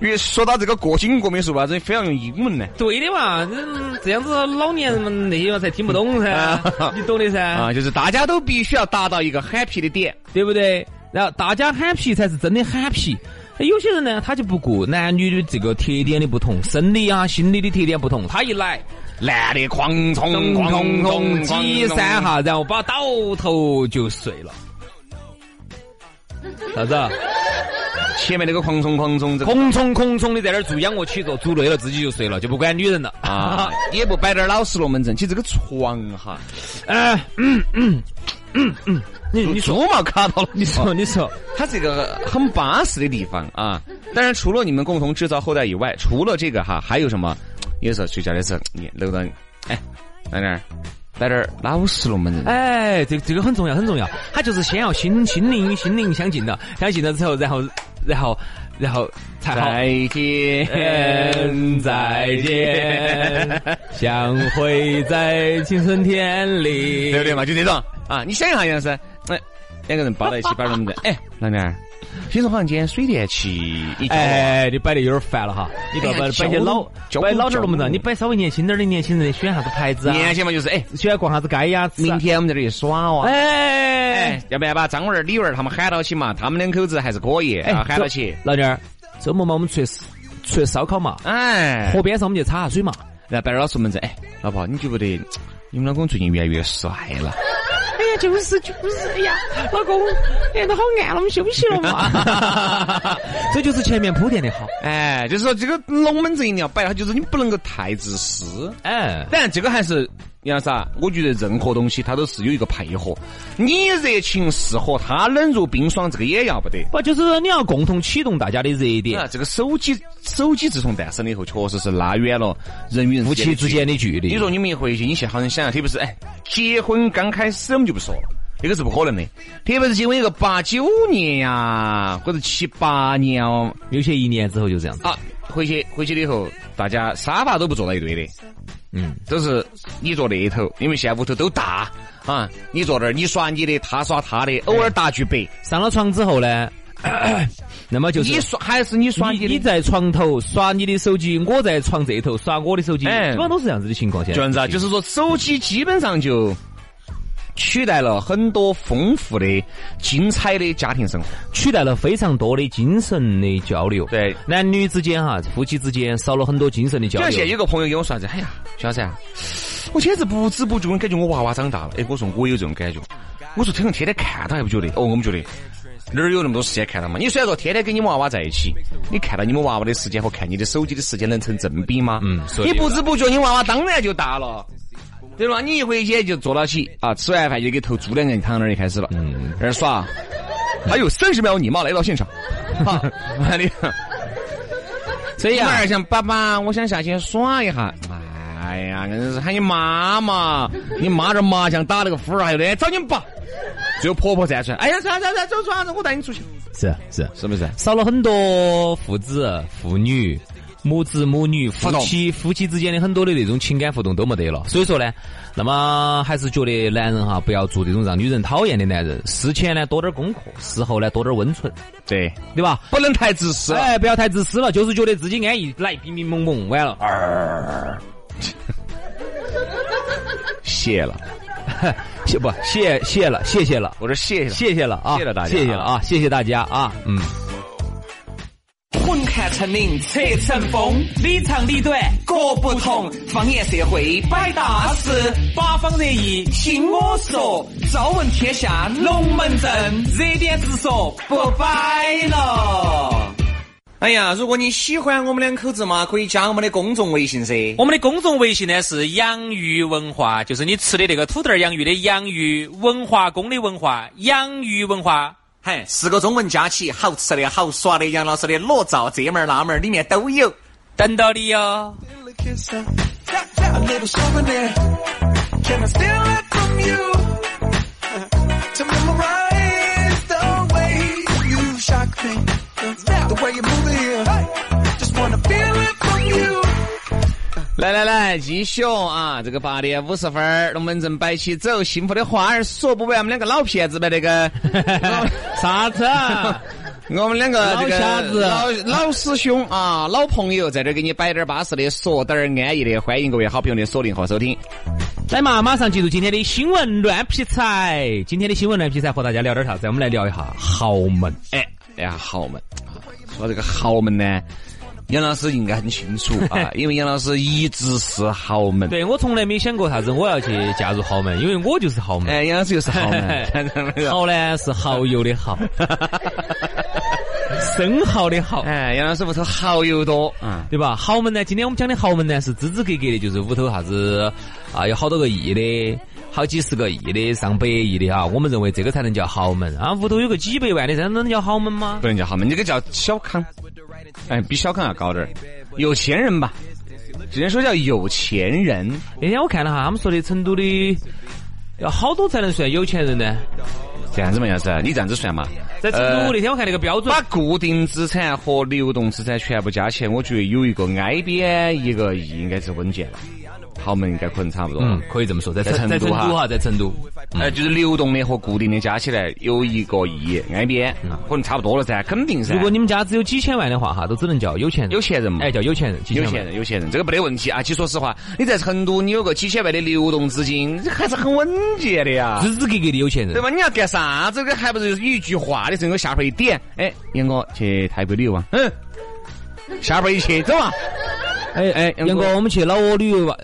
Speaker 2: 因为说到这个过紧过敏，说为啥子你非要用英文呢？
Speaker 4: 对的嘛，嗯这样子老年人们那些嘛才听不懂噻
Speaker 2: 啊，
Speaker 4: 你懂的噻
Speaker 2: 啊，，就是大家都必须要达到一个 happy 的点，
Speaker 4: 对不对？然后大家 happy 才是真的 happy。有些人呢，他就不顾男女的这个特点的不同，生理啊、心理的特点不同，他一来，
Speaker 2: 男的狂冲
Speaker 4: 咚
Speaker 2: 狂
Speaker 4: 咚
Speaker 2: 冲
Speaker 4: 咚
Speaker 2: 狂
Speaker 4: 几三
Speaker 2: 哈。
Speaker 4: 下，然后把倒头就睡了。啥子啊？
Speaker 2: 前面那个狂冲狂冲，这个
Speaker 4: 空冲空冲的在那儿做仰卧起坐，做累了自己就睡了，就不管女人了
Speaker 2: 啊
Speaker 4: 啊！，
Speaker 2: 也不摆点儿老实龙门阵。其实这个床哈，
Speaker 4: (laughs) 哎，嗯嗯嗯嗯，你你说
Speaker 2: 猪毛卡到了，
Speaker 4: 你说你说，
Speaker 2: 它是一个很巴适的地方啊。当然，除了你们共同制造后代以外，除了这个哈，还有什么？有时候睡觉的时候，你搂到你，哎，在那儿摆点儿老实龙门阵。
Speaker 4: 哎，这个这个很重要很重要，他就是先要心心灵心灵相近了，相近了之后，然后然后然后才好。
Speaker 2: 再见，
Speaker 4: 再见，相会在青春天里
Speaker 2: 对。不对嘛？就这种啊，你想一下，杨老师，哎，两个人抱在一起摆龙
Speaker 4: (laughs)
Speaker 2: 门阵，哎，老娘儿，听说好像今天水电气，你叫
Speaker 4: (laughs)
Speaker 2: 我
Speaker 4: 哎，你摆的有点烦了哈！你不要
Speaker 2: 哎
Speaker 4: 摆
Speaker 2: 呀
Speaker 4: 摆些
Speaker 2: 交
Speaker 4: 老
Speaker 2: 交
Speaker 4: 摆老点儿
Speaker 2: 交
Speaker 4: 龙门阵，
Speaker 2: 流
Speaker 4: 你摆稍微年轻点儿的年轻人选啥子牌子啊？
Speaker 2: 年轻嘛就是哎，
Speaker 4: 喜欢逛啥子街呀？吃啊
Speaker 2: 明天我们在这里耍哦。
Speaker 4: 哎
Speaker 2: 哎，要不然把张文儿、李文儿他们喊到起嘛，他们两口子还是可以
Speaker 4: 哎
Speaker 2: 啊，，喊到起。
Speaker 4: 老弟儿，周末嘛，我们出去出去烧烤嘛，
Speaker 2: 哎，
Speaker 4: 河边上我们去擦下水嘛。
Speaker 2: 然后白老师问着，哎，老婆，你觉不觉得你们老公最近越来越帅了？
Speaker 6: (laughs) 哎呀，就是就是，哎呀，老公，哎，都好暗了，我们休息了嘛。
Speaker 4: (laughs) 这就是前面铺垫的好。
Speaker 2: (laughs) 哎，就是说这个龙门阵一定要摆，它就是你不能够太自私。
Speaker 4: 哎，
Speaker 2: 当然，这个还是杨老师啊，我觉得任何东西它都是有一个配合，你热情似火，他冷若冰霜，这个也要不得。
Speaker 4: 不就是说你要共同启动大家的热
Speaker 2: 啊，
Speaker 4: 点，
Speaker 2: 这个手机手机自从诞生了以后，确实是拉远了人与人
Speaker 4: 夫妻之间
Speaker 2: 的距
Speaker 4: 的距
Speaker 2: 离。
Speaker 4: 离。
Speaker 2: 你说你们一回去，你去好生想想，特别是哎，结婚刚开始我们就不说了，那个是不可能的。特别是结婚一个八九年呀、或者七八年哦，
Speaker 4: 有些一年之后就这样子。
Speaker 2: 啊，回去回去了以后，大家沙发都不坐到一堆的，
Speaker 4: 嗯，
Speaker 2: 都是你坐那头，因为现在屋头都大啊，你坐那儿，你耍你的，他耍他
Speaker 4: 哎
Speaker 2: 的，偶尔打句白，
Speaker 4: 上了床之后呢，
Speaker 2: (coughs)
Speaker 4: 那么就是
Speaker 2: 你耍还是你耍
Speaker 4: 你
Speaker 2: 你
Speaker 4: 你
Speaker 2: 的。
Speaker 4: 在床头耍你的手机，我在床这头耍我的手机，
Speaker 2: 哎
Speaker 4: 基本上都是这样子的情况。现
Speaker 2: 就
Speaker 4: 在
Speaker 2: 啥？啊就是说，手机基本上就取代了很多丰富的、精彩的家庭生活。
Speaker 4: 取代了非常多的精神的交流。
Speaker 2: 对
Speaker 4: 男女之间哈，夫妻之间少了很多精神的交
Speaker 2: 就像
Speaker 4: 流。
Speaker 2: 现在有个朋友跟我说啥子，哎呀，小噻，我简直不知不觉，我感觉我娃娃长大了。哎，我说我有这种感觉，我说天天天天看他还不觉得？哦，我们觉得。哪儿有那么多时间看他嘛？你虽然说天天跟你们娃娃在一起，你看到你们娃娃的时间和看你的手机的时间能成正比吗？
Speaker 4: 嗯所以
Speaker 2: 你不知不觉你娃娃当然就大了，对吧？你一回去就坐到起啊，吃完饭就给头猪两个人躺那儿就开始了，嗯，那儿耍，还有哎三十秒你妈来到现
Speaker 4: (laughs)
Speaker 2: 场，哈，完了。
Speaker 4: 所以
Speaker 2: 女
Speaker 4: 啊
Speaker 2: 儿，想爸爸，我想下去耍一下。哎呀，硬是喊你妈 (laughs) 妈，你妈这麻将打了个呼儿，还有的找你爸。只有婆婆站出来，哎呀，算了算了，走耍子，我带你出去，
Speaker 4: 是是
Speaker 2: 是不是？
Speaker 4: 少了很多父子、父女、母子、母女、夫
Speaker 2: 动
Speaker 4: 妻、夫妻之间的很多的那种情感互动都没得了。所以说呢，那么还是觉得男人哈，不要做这种让女人讨厌的男人。事前呢多点功课，事后呢多点温存，
Speaker 2: 对，
Speaker 4: 对吧？
Speaker 2: 不能太自私。
Speaker 4: 哎，不要太自私了，就是觉得自己安逸，来平平蒙蒙，完了。 (laughs)
Speaker 2: 谢了，
Speaker 4: (laughs) 谢不谢谢了，谢谢了，
Speaker 2: 我说谢了。
Speaker 4: 谢谢了啊，
Speaker 2: 谢了大家
Speaker 4: 谢谢了啊，谢谢大家啊，嗯。
Speaker 3: 混看成岭侧成峰，里长里短各不同。方言社会摆大事，八方热议听我说。朝闻天下龙门阵，热点直说不摆了。哎呀，如果你喜欢我们两口子嘛，可以加我们的公众微信噻。
Speaker 7: 我们的公众微信呢是“养鱼文化”，就是你吃的那个土豆儿洋芋的洋芋，文化宫的文化，养鱼文化。
Speaker 3: 嘿，四个中文加起，好吃的好耍的，杨老师的裸照这门儿那门儿里面都有。
Speaker 7: 等到你哟、
Speaker 4: 哦
Speaker 8: A little souvenir. Can I steal it from you? To memorize the way you shock me. The way you move it here. Just wanna feel it from you.
Speaker 2: 来来来，继续啊！这个八点五十分儿，龙门阵摆起走，幸福的花儿说不完。我们两个老骗子呗，
Speaker 4: (laughs)
Speaker 2: 那个
Speaker 4: 哎啥子？啊 (laughs)
Speaker 2: 我们两个这
Speaker 4: 老
Speaker 2: 个
Speaker 4: 瞎子
Speaker 2: 老老师兄啊，老朋友在这儿给你摆点儿巴适的，说点儿安逸的。欢迎各位好朋友的锁定和收听。
Speaker 4: 来嘛，马上进入今天的新闻乱劈柴。今天的新闻乱劈柴和大家聊点啥子？我们来聊一下豪门。
Speaker 2: 哎，哎呀，豪门啊！说这个豪门呢，杨老师应该很
Speaker 4: (laughs)
Speaker 2: 清楚啊，因为杨老师一直是豪门。
Speaker 4: 对我从来没想过啥子我要去嫁入豪门，因为我就是豪门。，
Speaker 2: 哎，杨老师又是豪门
Speaker 4: (laughs)
Speaker 2: (laughs) 看到没有？
Speaker 4: 豪呢是蚝油的 (laughs) 蚝，生蚝的蚝。
Speaker 2: 哎，杨老师屋头蚝油多啊。
Speaker 4: 对吧？豪门呢？今天我们讲的豪门呢，是支支格格的，就是屋头啥子啊，有好多个亿的，好几十个亿的，上百亿的啊。我们认为这个才能叫豪门啊，屋头有个几百万的，这能叫豪门吗？
Speaker 2: 不能叫豪门，这个叫小康，哎，比小康要高点儿，有钱人吧，只能说叫有钱人。
Speaker 4: 那天我看了哈，他们说的成都的要好多才能算有钱人呢？
Speaker 2: 这样子嘛，杨老师，你这样子算嘛，
Speaker 4: 在成
Speaker 2: 呃
Speaker 4: 都那天我看那个标准
Speaker 2: 把，固定资产和流动资产全部加起来，我觉得有一个 IBN 一个亿应该是稳健了，豪门应该可能差不多了。
Speaker 4: 嗯，可以这么说，在
Speaker 2: 在成
Speaker 4: 在成
Speaker 2: 都哈
Speaker 4: 都哈，在成都，
Speaker 2: 呃，就是流动的和固定的加起来有一个亿，IBN 可能差不多了噻，肯定噻。
Speaker 4: 嗯如果你们家只有几千万的话哈，都只能叫有钱人。
Speaker 2: 有钱人嘛
Speaker 4: 哎，叫有钱人，几
Speaker 2: 有
Speaker 4: 万
Speaker 2: 钱人，有钱人，这个没得问题啊。其实说实话，你在成都，你有个几千万的流动资金，这还是很稳健的呀。
Speaker 4: 支支格格的有钱人
Speaker 2: 对。吧？你要干啥子？这个还不是一句话的时候，我下班一点，哎，杨哥去泰国旅游啊？嗯，下班一去走啊？
Speaker 4: 哎哎，
Speaker 2: 杨
Speaker 4: 杨
Speaker 2: 哥
Speaker 4: 哥，我们去老挝旅游吧。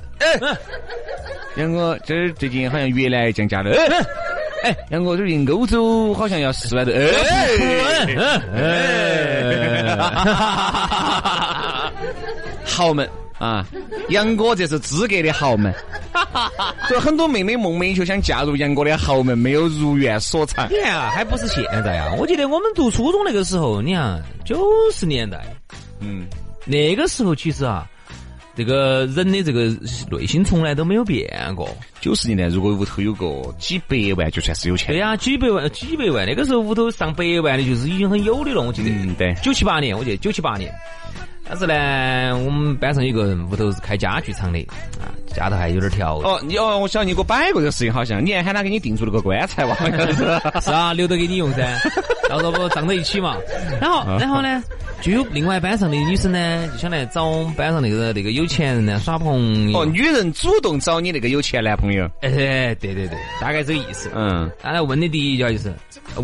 Speaker 2: 杨哥，这儿最近好像越南降价了。哎哎，杨哥，最近欧洲好像要四万多。
Speaker 4: 嗯
Speaker 2: 哎，哎豪门啊，杨哥这是资格的豪 (laughs) 门。所以很多妹妹梦寐以求想嫁入杨哥的豪门，没有如愿所偿。
Speaker 4: 你看啊，还不是现在啊！我记得我们读初中那个时候，你看九十年代
Speaker 2: 嗯，
Speaker 4: 那个时候，其实啊，这个人的这个内心从来都没有变过。
Speaker 2: 九十年代如果屋头有个几百万，就算是有钱
Speaker 4: 对
Speaker 2: 人。
Speaker 4: 呀、几百万，几百万，那个时候屋头上百万的，就是已经很有的了。我记得，
Speaker 2: 嗯，对。
Speaker 4: 九七八年，我记得九七八年。当时呢，我们班上有个人屋头是开家具厂的，啊，家头还有点条件。
Speaker 2: 哦，你哦，我晓得你给我摆过这个事情，好像你还喊他给你定做了个棺材哇，好像 (laughs) 是。
Speaker 4: 是啊，留着给你用噻，到时候不长在一起嘛。然后，然后呢，就有另外班上的女生呢，就想来找我们班上那个那个有钱人呢耍朋友。
Speaker 2: 哦，女人主动找你那个有钱男朋友。
Speaker 4: 哎，对对对，大概这个意思。
Speaker 2: 嗯，
Speaker 4: 当然问的第一句话就是，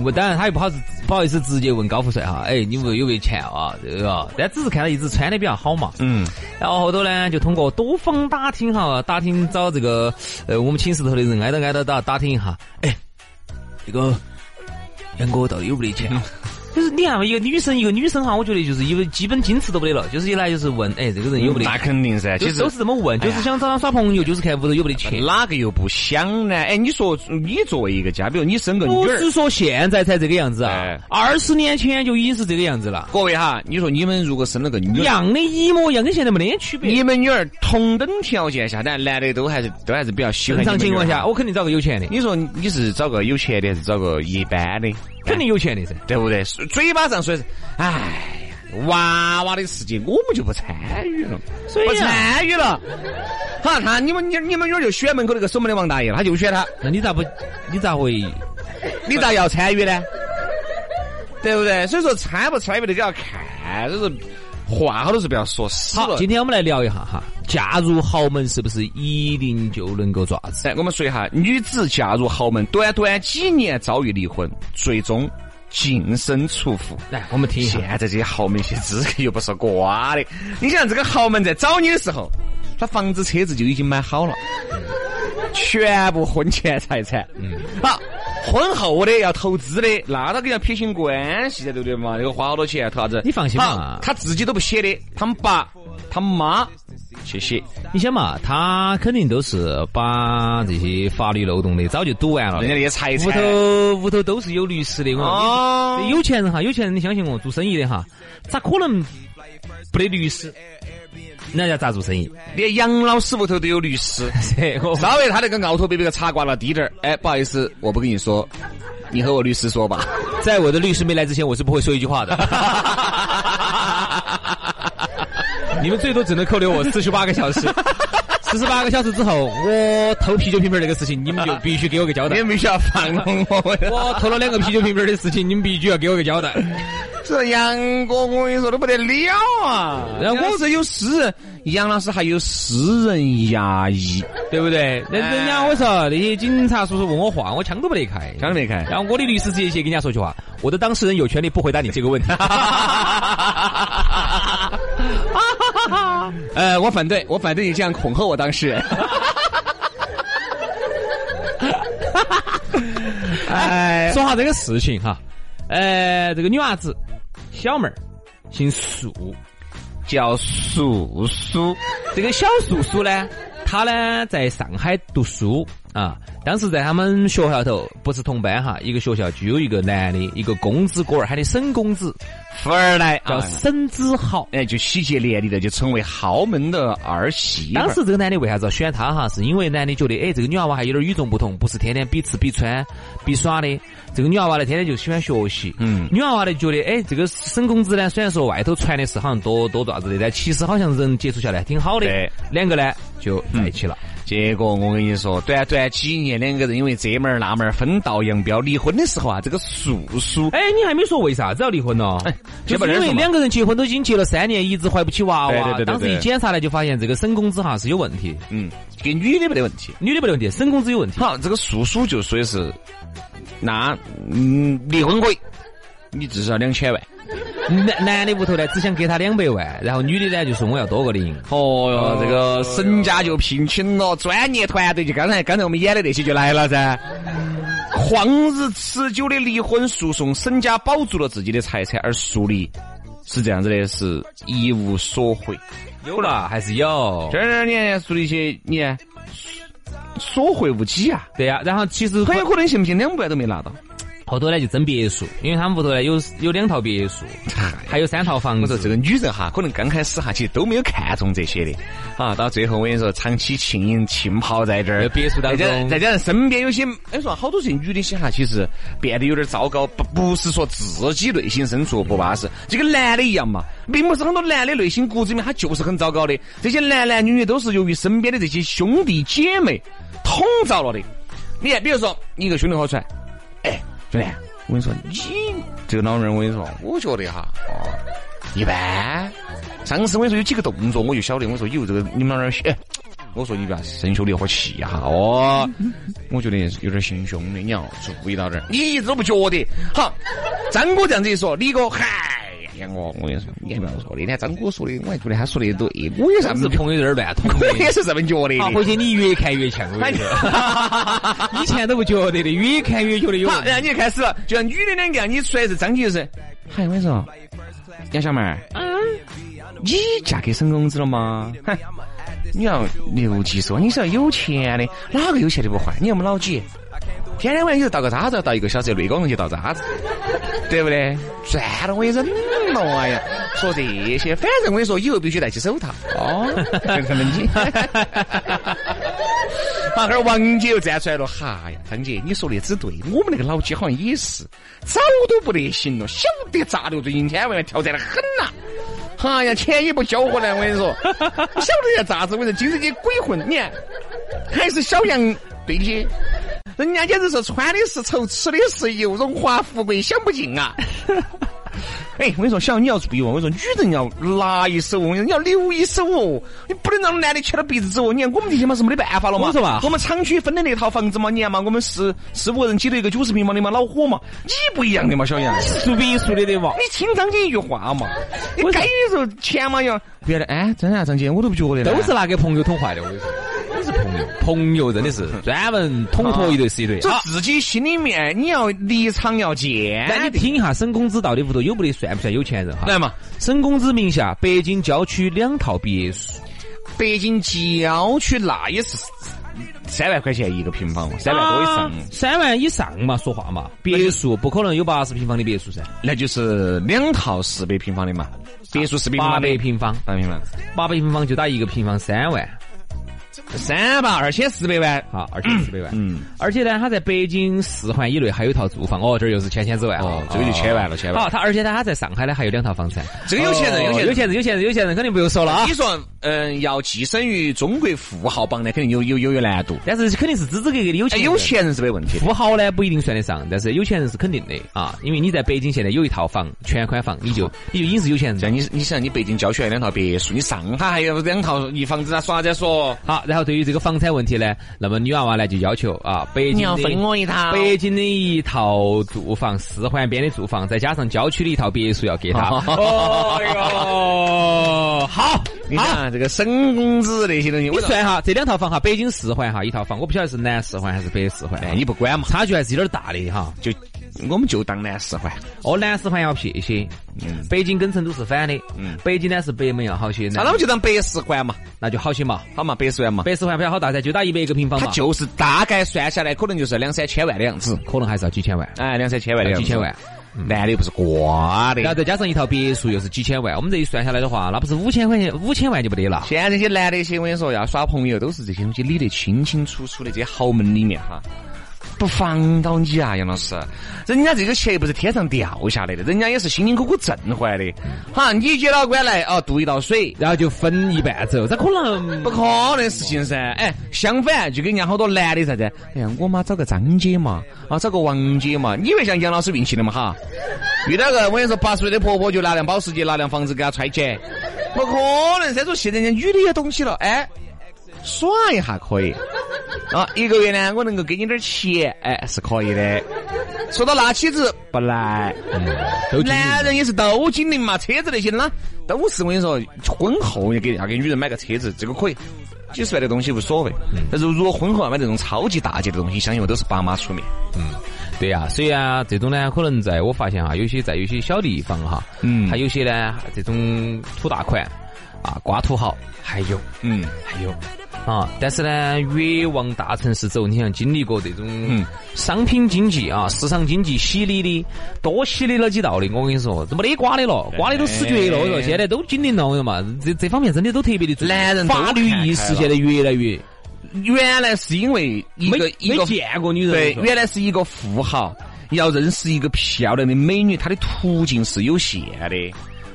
Speaker 4: 我当然他又不好直不好意思直接问高富帅哈，哎，你有没有有没有钱啊？这个啊，但只是看他一直穿的比较好嘛。
Speaker 2: 嗯，
Speaker 4: 然后后头呢，就通过多方打听哈，打听找这个呃我们寝室头的人挨着挨着打打听一下，哎，这个杨哥到底有没得钱啊？ (laughs) 就是你看嘛，一个女生一个女生哈，我觉得就是因为基本矜持都没得了，就是一来就是问，哎，这个人有没得
Speaker 2: 嗯那？肯定噻，
Speaker 4: 就
Speaker 2: 其
Speaker 4: 是
Speaker 2: 实
Speaker 4: 都是这么问，就是想找他耍朋友，就是看屋头有没得钱。
Speaker 2: 哪个又不想呢？哎，你说你作为一个家，比如你生个女
Speaker 4: 不
Speaker 2: 儿，
Speaker 4: 是说现在才这个样子
Speaker 2: 哎
Speaker 4: 啊，二十年前就已经是这个样子了，
Speaker 2: 各位哈，你说你们如果生了个
Speaker 4: 一
Speaker 2: 女儿。
Speaker 4: 样的一模一样，跟现在没得区别
Speaker 2: 你。们女儿同等条件下，但男的都还是都还是比较喜欢
Speaker 4: 正
Speaker 2: 你们
Speaker 4: 常
Speaker 2: 女儿
Speaker 4: 情况下，，我哦肯定找个有钱的，
Speaker 2: 你说你是找个有钱的，还是找个一般
Speaker 4: (laughs)
Speaker 2: 的？
Speaker 4: 肯定有钱的噻。
Speaker 2: 对不对？嘴巴上说是，哎呀，娃娃的世界我们就不参与了，
Speaker 4: 所以啊
Speaker 2: 不参与了。好，他你们你你们女儿就选门口那个守门的王大爷，他就选他，
Speaker 4: 那你咋不，你咋会？
Speaker 2: 你咋要参与呢？对不对？所以说参不参与那个要看，就是话好多是不要说死
Speaker 4: 好，
Speaker 2: 了
Speaker 4: 今。天我们来聊一下哈，嫁入豪门是不是一定就能够抓子？
Speaker 2: 来，哎我们说一下，女子嫁入豪门，短短几年遭遇离婚，最终净身出户。
Speaker 4: 来，我们听一下
Speaker 2: 现。在这些豪门些资格又不是瓜的，你想这个豪门在找你的时候，他房子车子就已经买好了，全部婚前财产。嗯，好，婚后的要投资的，那他跟要撇清关系噻，对不对嘛？要花好多钱，啊投啥子？
Speaker 4: 你放心嘛
Speaker 2: 好他自己都不写的，他们爸、他妈去写。
Speaker 4: 你想嘛，他肯定都是把这些法律漏洞的早就堵完了的
Speaker 2: 人家。那些财
Speaker 4: 屋
Speaker 2: 产，
Speaker 4: 头屋头都是有律师的，我告诉你
Speaker 2: 哦
Speaker 4: 有钱人哈，有钱人，你相信我，做生意的哈，咋可能不得律师？那要咋做 (laughs) 生意？
Speaker 2: 连杨老师屋头都有律师，
Speaker 4: 这个
Speaker 2: 稍微他那个鳌头被别个插挂了低点儿，哎，不好意思，我不跟你说，你和我律师说吧。
Speaker 4: 在我的律师没来之前，我是不会说一句 (laughs) 话的。你们最多只能扣留我四十八个小
Speaker 2: (laughs)
Speaker 4: 时。四十八个小时之后，我偷啤酒瓶瓶儿那个事情，你们就必须给我个交代
Speaker 2: (laughs) 你。们必须要放纵我。
Speaker 4: 我偷了两个啤酒瓶瓶儿的事情，你们必须要给我个交代。
Speaker 2: 这杨哥，我跟你说都不得了啊！
Speaker 4: 然后我
Speaker 2: 我这有私人，杨老师还有私人牙医，
Speaker 4: 对不对？那人家我说那些警察叔叔问我话，我枪都不得开，
Speaker 2: 想没开？
Speaker 4: 然后我的律师直接去跟人家说句话，我的当事人有权利不回答你这个
Speaker 2: (laughs)
Speaker 4: 问题。
Speaker 2: 呃，我反对，我反对你这样恐吓我当事人。 (laughs) 哎，
Speaker 4: 说下这个事情哈，呃，这个女娃子小妹儿姓素，
Speaker 2: 叫素素，
Speaker 4: 这个小素素呢，她呢在上海读书啊，当时在他们学校头不是同班哈，一个学校就有一个男的，一个公子哥儿，喊的沈公子，
Speaker 2: 富二代
Speaker 4: 叫
Speaker 2: 啊
Speaker 4: 沈子豪。
Speaker 2: 哎，就喜结连理的，就成为豪门的儿媳妇儿。
Speaker 4: 当时这个男的为啥子要选她哈？是因为男的觉得，哎，这个女娃娃还有点与众不同，不是天天比吃比穿比耍的。这个女娃娃呢，天天就喜欢学习。
Speaker 2: 嗯
Speaker 4: 女娃娃呢觉得，哎，这个沈公子呢，虽然说外头传的是好像多多爪子的，但其实好像人接触下来挺好的。
Speaker 2: 对，嗯
Speaker 4: 两个呢就在一起了。
Speaker 2: 结果我跟你说，短短啊几年，两个人因为这门儿那门儿分道扬镳。离婚的时候啊，这个素素
Speaker 4: 哎，你还没说为啥子要离婚
Speaker 2: 哎
Speaker 4: 呢？就
Speaker 2: 先把
Speaker 4: 是
Speaker 2: 人
Speaker 4: 因
Speaker 2: 说
Speaker 4: 为
Speaker 2: 嘛
Speaker 4: 两个人结婚都已经结了三年，一直怀不起娃娃。
Speaker 2: 对对对对
Speaker 4: 当时
Speaker 2: 对
Speaker 4: 一检查呢，就发现这个沈公子哈是有问题，
Speaker 2: 嗯，跟女的没得问题。
Speaker 4: 女的没得问题，沈公子有问题。
Speaker 2: 好，这个叔叔就属于是，那嗯，离婚可以，你至少两千万。
Speaker 4: 男男的屋头呢，只想给他两百万，然后女的呢就说我要多个零。
Speaker 2: 哦哟，这个沈家就聘请了专业团队，就刚才刚才我们演的那些就来了噻。旷日持久的离婚诉讼，沈家保住了自己的财产，而苏黎是这样子的，是一无所获。
Speaker 4: 有了还是有
Speaker 2: 这，儿你说的一些，你看所获无几啊，
Speaker 4: 对呀、然后其实
Speaker 2: 很有可能信不信两百都没 (laughs) 拿到。
Speaker 4: 后头呢就争别墅，因为他们屋头呢有有两套别墅，还有三套房
Speaker 2: 我说
Speaker 4: 子。
Speaker 2: 这个女人哈，可能刚开始哈，其实都没有看重这些的，啊，到最后我跟你说，长期浸淫浸泡在这儿
Speaker 4: 在别墅当中
Speaker 2: 再加上再加上身边有些，哎，说好多这女的些哈，其实变得有点糟糕，不不是说自己内心深处不巴适，这个男的一样嘛，并不是很多男的内心骨子里面他就是很糟糕的，这些男男女女都是由于身边的这些兄弟姐妹捅着了的。你看，比如说你一个兄弟伙出来，哎，兄弟，我跟你说，你这个老人，我跟你说，我觉得哈，哦，一般。上次我跟你说有几个动作，我就晓得，我说有这个你们老人，哎，我说你不要生兄弟伙气哈，哦，我觉得有点行凶的，你要注意到点儿。你一直都不觉得，好，张哥这样子一说，李哥嗨。哎呀，我我跟你说，你还不要说，那天张哥说的，我还觉得他说的对，我也是
Speaker 4: 是
Speaker 2: 这么觉得，
Speaker 4: 朋友有点乱捅
Speaker 2: (laughs) 我也
Speaker 4: 的。
Speaker 2: 是这么觉得
Speaker 4: 啊好，
Speaker 2: 的
Speaker 4: 回。去你越看越像，我跟你说 (laughs) 以前都不觉得的，越看越觉得有
Speaker 2: 好，
Speaker 4: 问题
Speaker 2: 然后你就开始了，就像女的两个，你出来是张起啊就是，嗨，我跟你说，杨小妹儿，你嫁给沈公子了吗？哼，你要留几十万，你是要有钱的，哪个有钱的不换？你要么老几？天天晚上你就倒个渣子，倒一个小时，累光了去倒渣子，对不对？赚了我也忍了，哎呀，说这些，反正我跟你说，以后必须戴起手套。 (laughs) 哦，这个问题。好，这儿王姐又站出来了，哈呀，张姐，你说的之对，我们那个老几好像也是，早都不得行了，晓得咋的，最近天外面挑战的很呐、哎呀，钱也不交回来，我跟你说，不晓得要咋子，我跟你说，今日你鬼混，你看，还是小杨对的。人家简直是穿的是绸，吃的是油，荣华富贵享不尽啊！哎，我跟你说，小杨你要注意哦，我跟你说，女人要拿一手，我跟你说你要留一手哦，你不能让男的牵到鼻子走哦。你看我们这些嘛是没得办法了嘛。
Speaker 4: 我说嘛
Speaker 2: 我们厂区分的那套房子嘛，你看嘛，我们四四五个人挤到一个九十平方的嘛，恼火嘛。你不一样的嘛，小杨。
Speaker 4: 数别墅的得嘛。
Speaker 2: 你听张姐一句话嘛，你该有时候钱嘛要不要得。哎，真的啊，张姐，我都不觉得呢
Speaker 4: 都是拿给朋友捅坏的，我跟你说，都是朋友，朋友真的是专门捅破一对是一对。啊
Speaker 2: 就
Speaker 4: 好，
Speaker 2: 自己心里面你要立场要坚
Speaker 4: 哎那你
Speaker 2: 定。
Speaker 4: 听一下沈公子到底屋头有没得算不算有钱人哈？
Speaker 2: 来嘛，
Speaker 4: 沈公子名下北京郊区两套别墅，
Speaker 2: 北京郊区那也是三万块钱一个平方，啊三万多以上，
Speaker 4: 三万以上嘛，说话嘛，别墅不可能有八十平方的别墅噻，
Speaker 2: 那就是两套四百平方的嘛，别墅是平
Speaker 4: 八
Speaker 2: 方
Speaker 4: 百
Speaker 2: 的，
Speaker 4: 平方，
Speaker 2: 八百平方，
Speaker 4: 八百平方就打一个平方三万，
Speaker 2: 三吧，二千四百万。
Speaker 4: 好，二千四百万。嗯，而且呢，他在北京四环以内还有一套住房，哦，这儿又是千千之外
Speaker 2: 哦，这个就千万了，千万
Speaker 4: 好，
Speaker 2: 了。
Speaker 4: 他而且呢，他在上海呢还有两套房产。
Speaker 2: 这个有钱人，有
Speaker 4: 哦
Speaker 2: 钱
Speaker 4: 有
Speaker 2: 人。
Speaker 4: 钱人，有钱人，有钱人，肯定不用说了啊
Speaker 2: 你。说，嗯，要跻身于中国富豪榜呢，肯定有有有有难度。
Speaker 4: 但是肯定是支支格格的有
Speaker 2: 哎
Speaker 4: 钱人。
Speaker 2: 有钱人是没问题的。
Speaker 4: 富豪呢不一定算得上，但是有钱人是肯定的啊，因为你在北京现在有一套房，全款房，你就你就已经是有钱人了
Speaker 2: 像。你，你想你北京郊区还有两套别墅，你上海还有两套一房子啊，耍再说。
Speaker 4: 好，然后对于这个房产问题呢，那么女娃娃呢就要求啊，北京的
Speaker 2: 一套
Speaker 4: 北京的一套住房，四环边的住房，再加上郊区的一套别墅要给她。哦
Speaker 2: 哎
Speaker 4: 哟，好，
Speaker 2: (laughs) 你看这个省工资那些东西，
Speaker 4: 你
Speaker 2: 我
Speaker 4: 算哈，这两套房哈，北京四环哈一套房，我不晓得是南四环还是北四环啊，
Speaker 2: 哎，你不管嘛，
Speaker 4: 差距还是有点大的哈。
Speaker 2: 就我们就当南四环，
Speaker 4: 哦，南四环要撇一些，
Speaker 2: 嗯
Speaker 4: 北京跟成都是反的，
Speaker 2: 嗯
Speaker 4: 北京呢是北门要好些，
Speaker 2: 那
Speaker 4: 那
Speaker 2: 我们就当北四环嘛，
Speaker 4: 那就好些嘛。
Speaker 2: 好嘛，北四环嘛，
Speaker 4: 北四环不晓得好大噻，就打一百个平方
Speaker 2: 它
Speaker 4: 嘛，
Speaker 2: 就是大概算下来，可能就是两三千万的样子，
Speaker 4: 可能还是要几千万，
Speaker 2: 哎，两三千万的嗯
Speaker 4: 要
Speaker 2: 样
Speaker 4: 几
Speaker 2: 子，
Speaker 4: 千万。
Speaker 2: 男的又不是瓜
Speaker 4: 然后
Speaker 2: 的。
Speaker 4: 再加上一套别墅又是几千万，我们这一算下来的话，那不是五千块钱，五千万就不得了。
Speaker 2: 现在这些男的些，我跟你说，要耍朋友都是这些东西理得清清楚楚的，这些豪门里面哈，不防到你啊，杨老师，人家这个钱又不是天上掉下来的，人家也是辛辛苦苦挣回来的，哈，你接老官来啊，渡一道水，
Speaker 4: 然后就分一半走，这可能
Speaker 2: 不可能的事情噻！哎，相反，就跟人家好多男的啥子，哎呀，我妈找个张姐嘛，啊，找个王姐嘛，你以为像杨老师运气那么好？遇到个我跟你说，八十岁的婆婆就拿辆保时捷，拿辆房子给她揣起，不可能噻！说现在人家女的有东西了，哎，耍一下可以，啊，一个月呢，我能够给你点儿钱，哎，是可以的。说到拿妻子不来，
Speaker 4: 嗯都经
Speaker 2: 男人也是都精灵嘛，车子那些呢，都是我跟你说，婚后要给要给女人买个车子，这个可以，几十万的东西无所谓。
Speaker 4: 嗯
Speaker 2: 但是如果婚后要买这种超级大件的东西，相信我都是爸妈出面。
Speaker 4: 对呀、所以啊，这种呢，可能在我发现哈、有些在有些小地方哈、
Speaker 2: 嗯
Speaker 4: 还有些呢，这种土大款啊，瓜土豪还有
Speaker 2: 嗯，
Speaker 4: 还有啊，但是呢，越往大城市走，你想经历过这种
Speaker 2: 嗯
Speaker 4: 商品经济啊、市场经济洗礼的，多洗礼了几道的，我跟你说，这没得瓜的了，瓜的都死绝了，我说现在都经历了，我说嘛，这这方面真的都特别的注意，
Speaker 2: 男人都
Speaker 4: 法律意识现在越来越
Speaker 2: 原来是因为一
Speaker 4: 没
Speaker 2: 个一
Speaker 4: 没
Speaker 2: 个
Speaker 4: 见过女人，
Speaker 2: 对，
Speaker 4: 我说
Speaker 2: 原来是一个富豪要认识一个漂亮的美女，她的途径是有限的。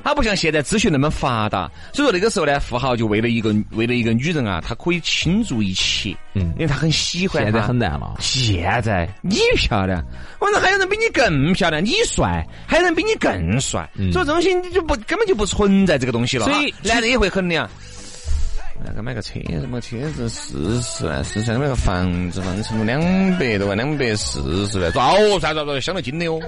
Speaker 2: 他不像现在资讯那么发达，所以说那个时候呢，富豪就为了一个为了一个女人啊，他可以倾注一切，
Speaker 4: 嗯
Speaker 2: 因为他很喜欢她。
Speaker 4: 现在很难了。
Speaker 2: 现在你漂亮，我说还有人比你更漂亮，你帅，还有人比你更帅，
Speaker 4: 嗯
Speaker 2: 所以这东西你就不根本就不存在这个东西了哈。
Speaker 4: 所以
Speaker 2: 男人也会衡量。哎那个买个车，什么车子四十万、四十万，买个房子，房子成本两百多万、两百四十万，咋哦？算算算，想得精的
Speaker 4: (laughs)
Speaker 2: 哦。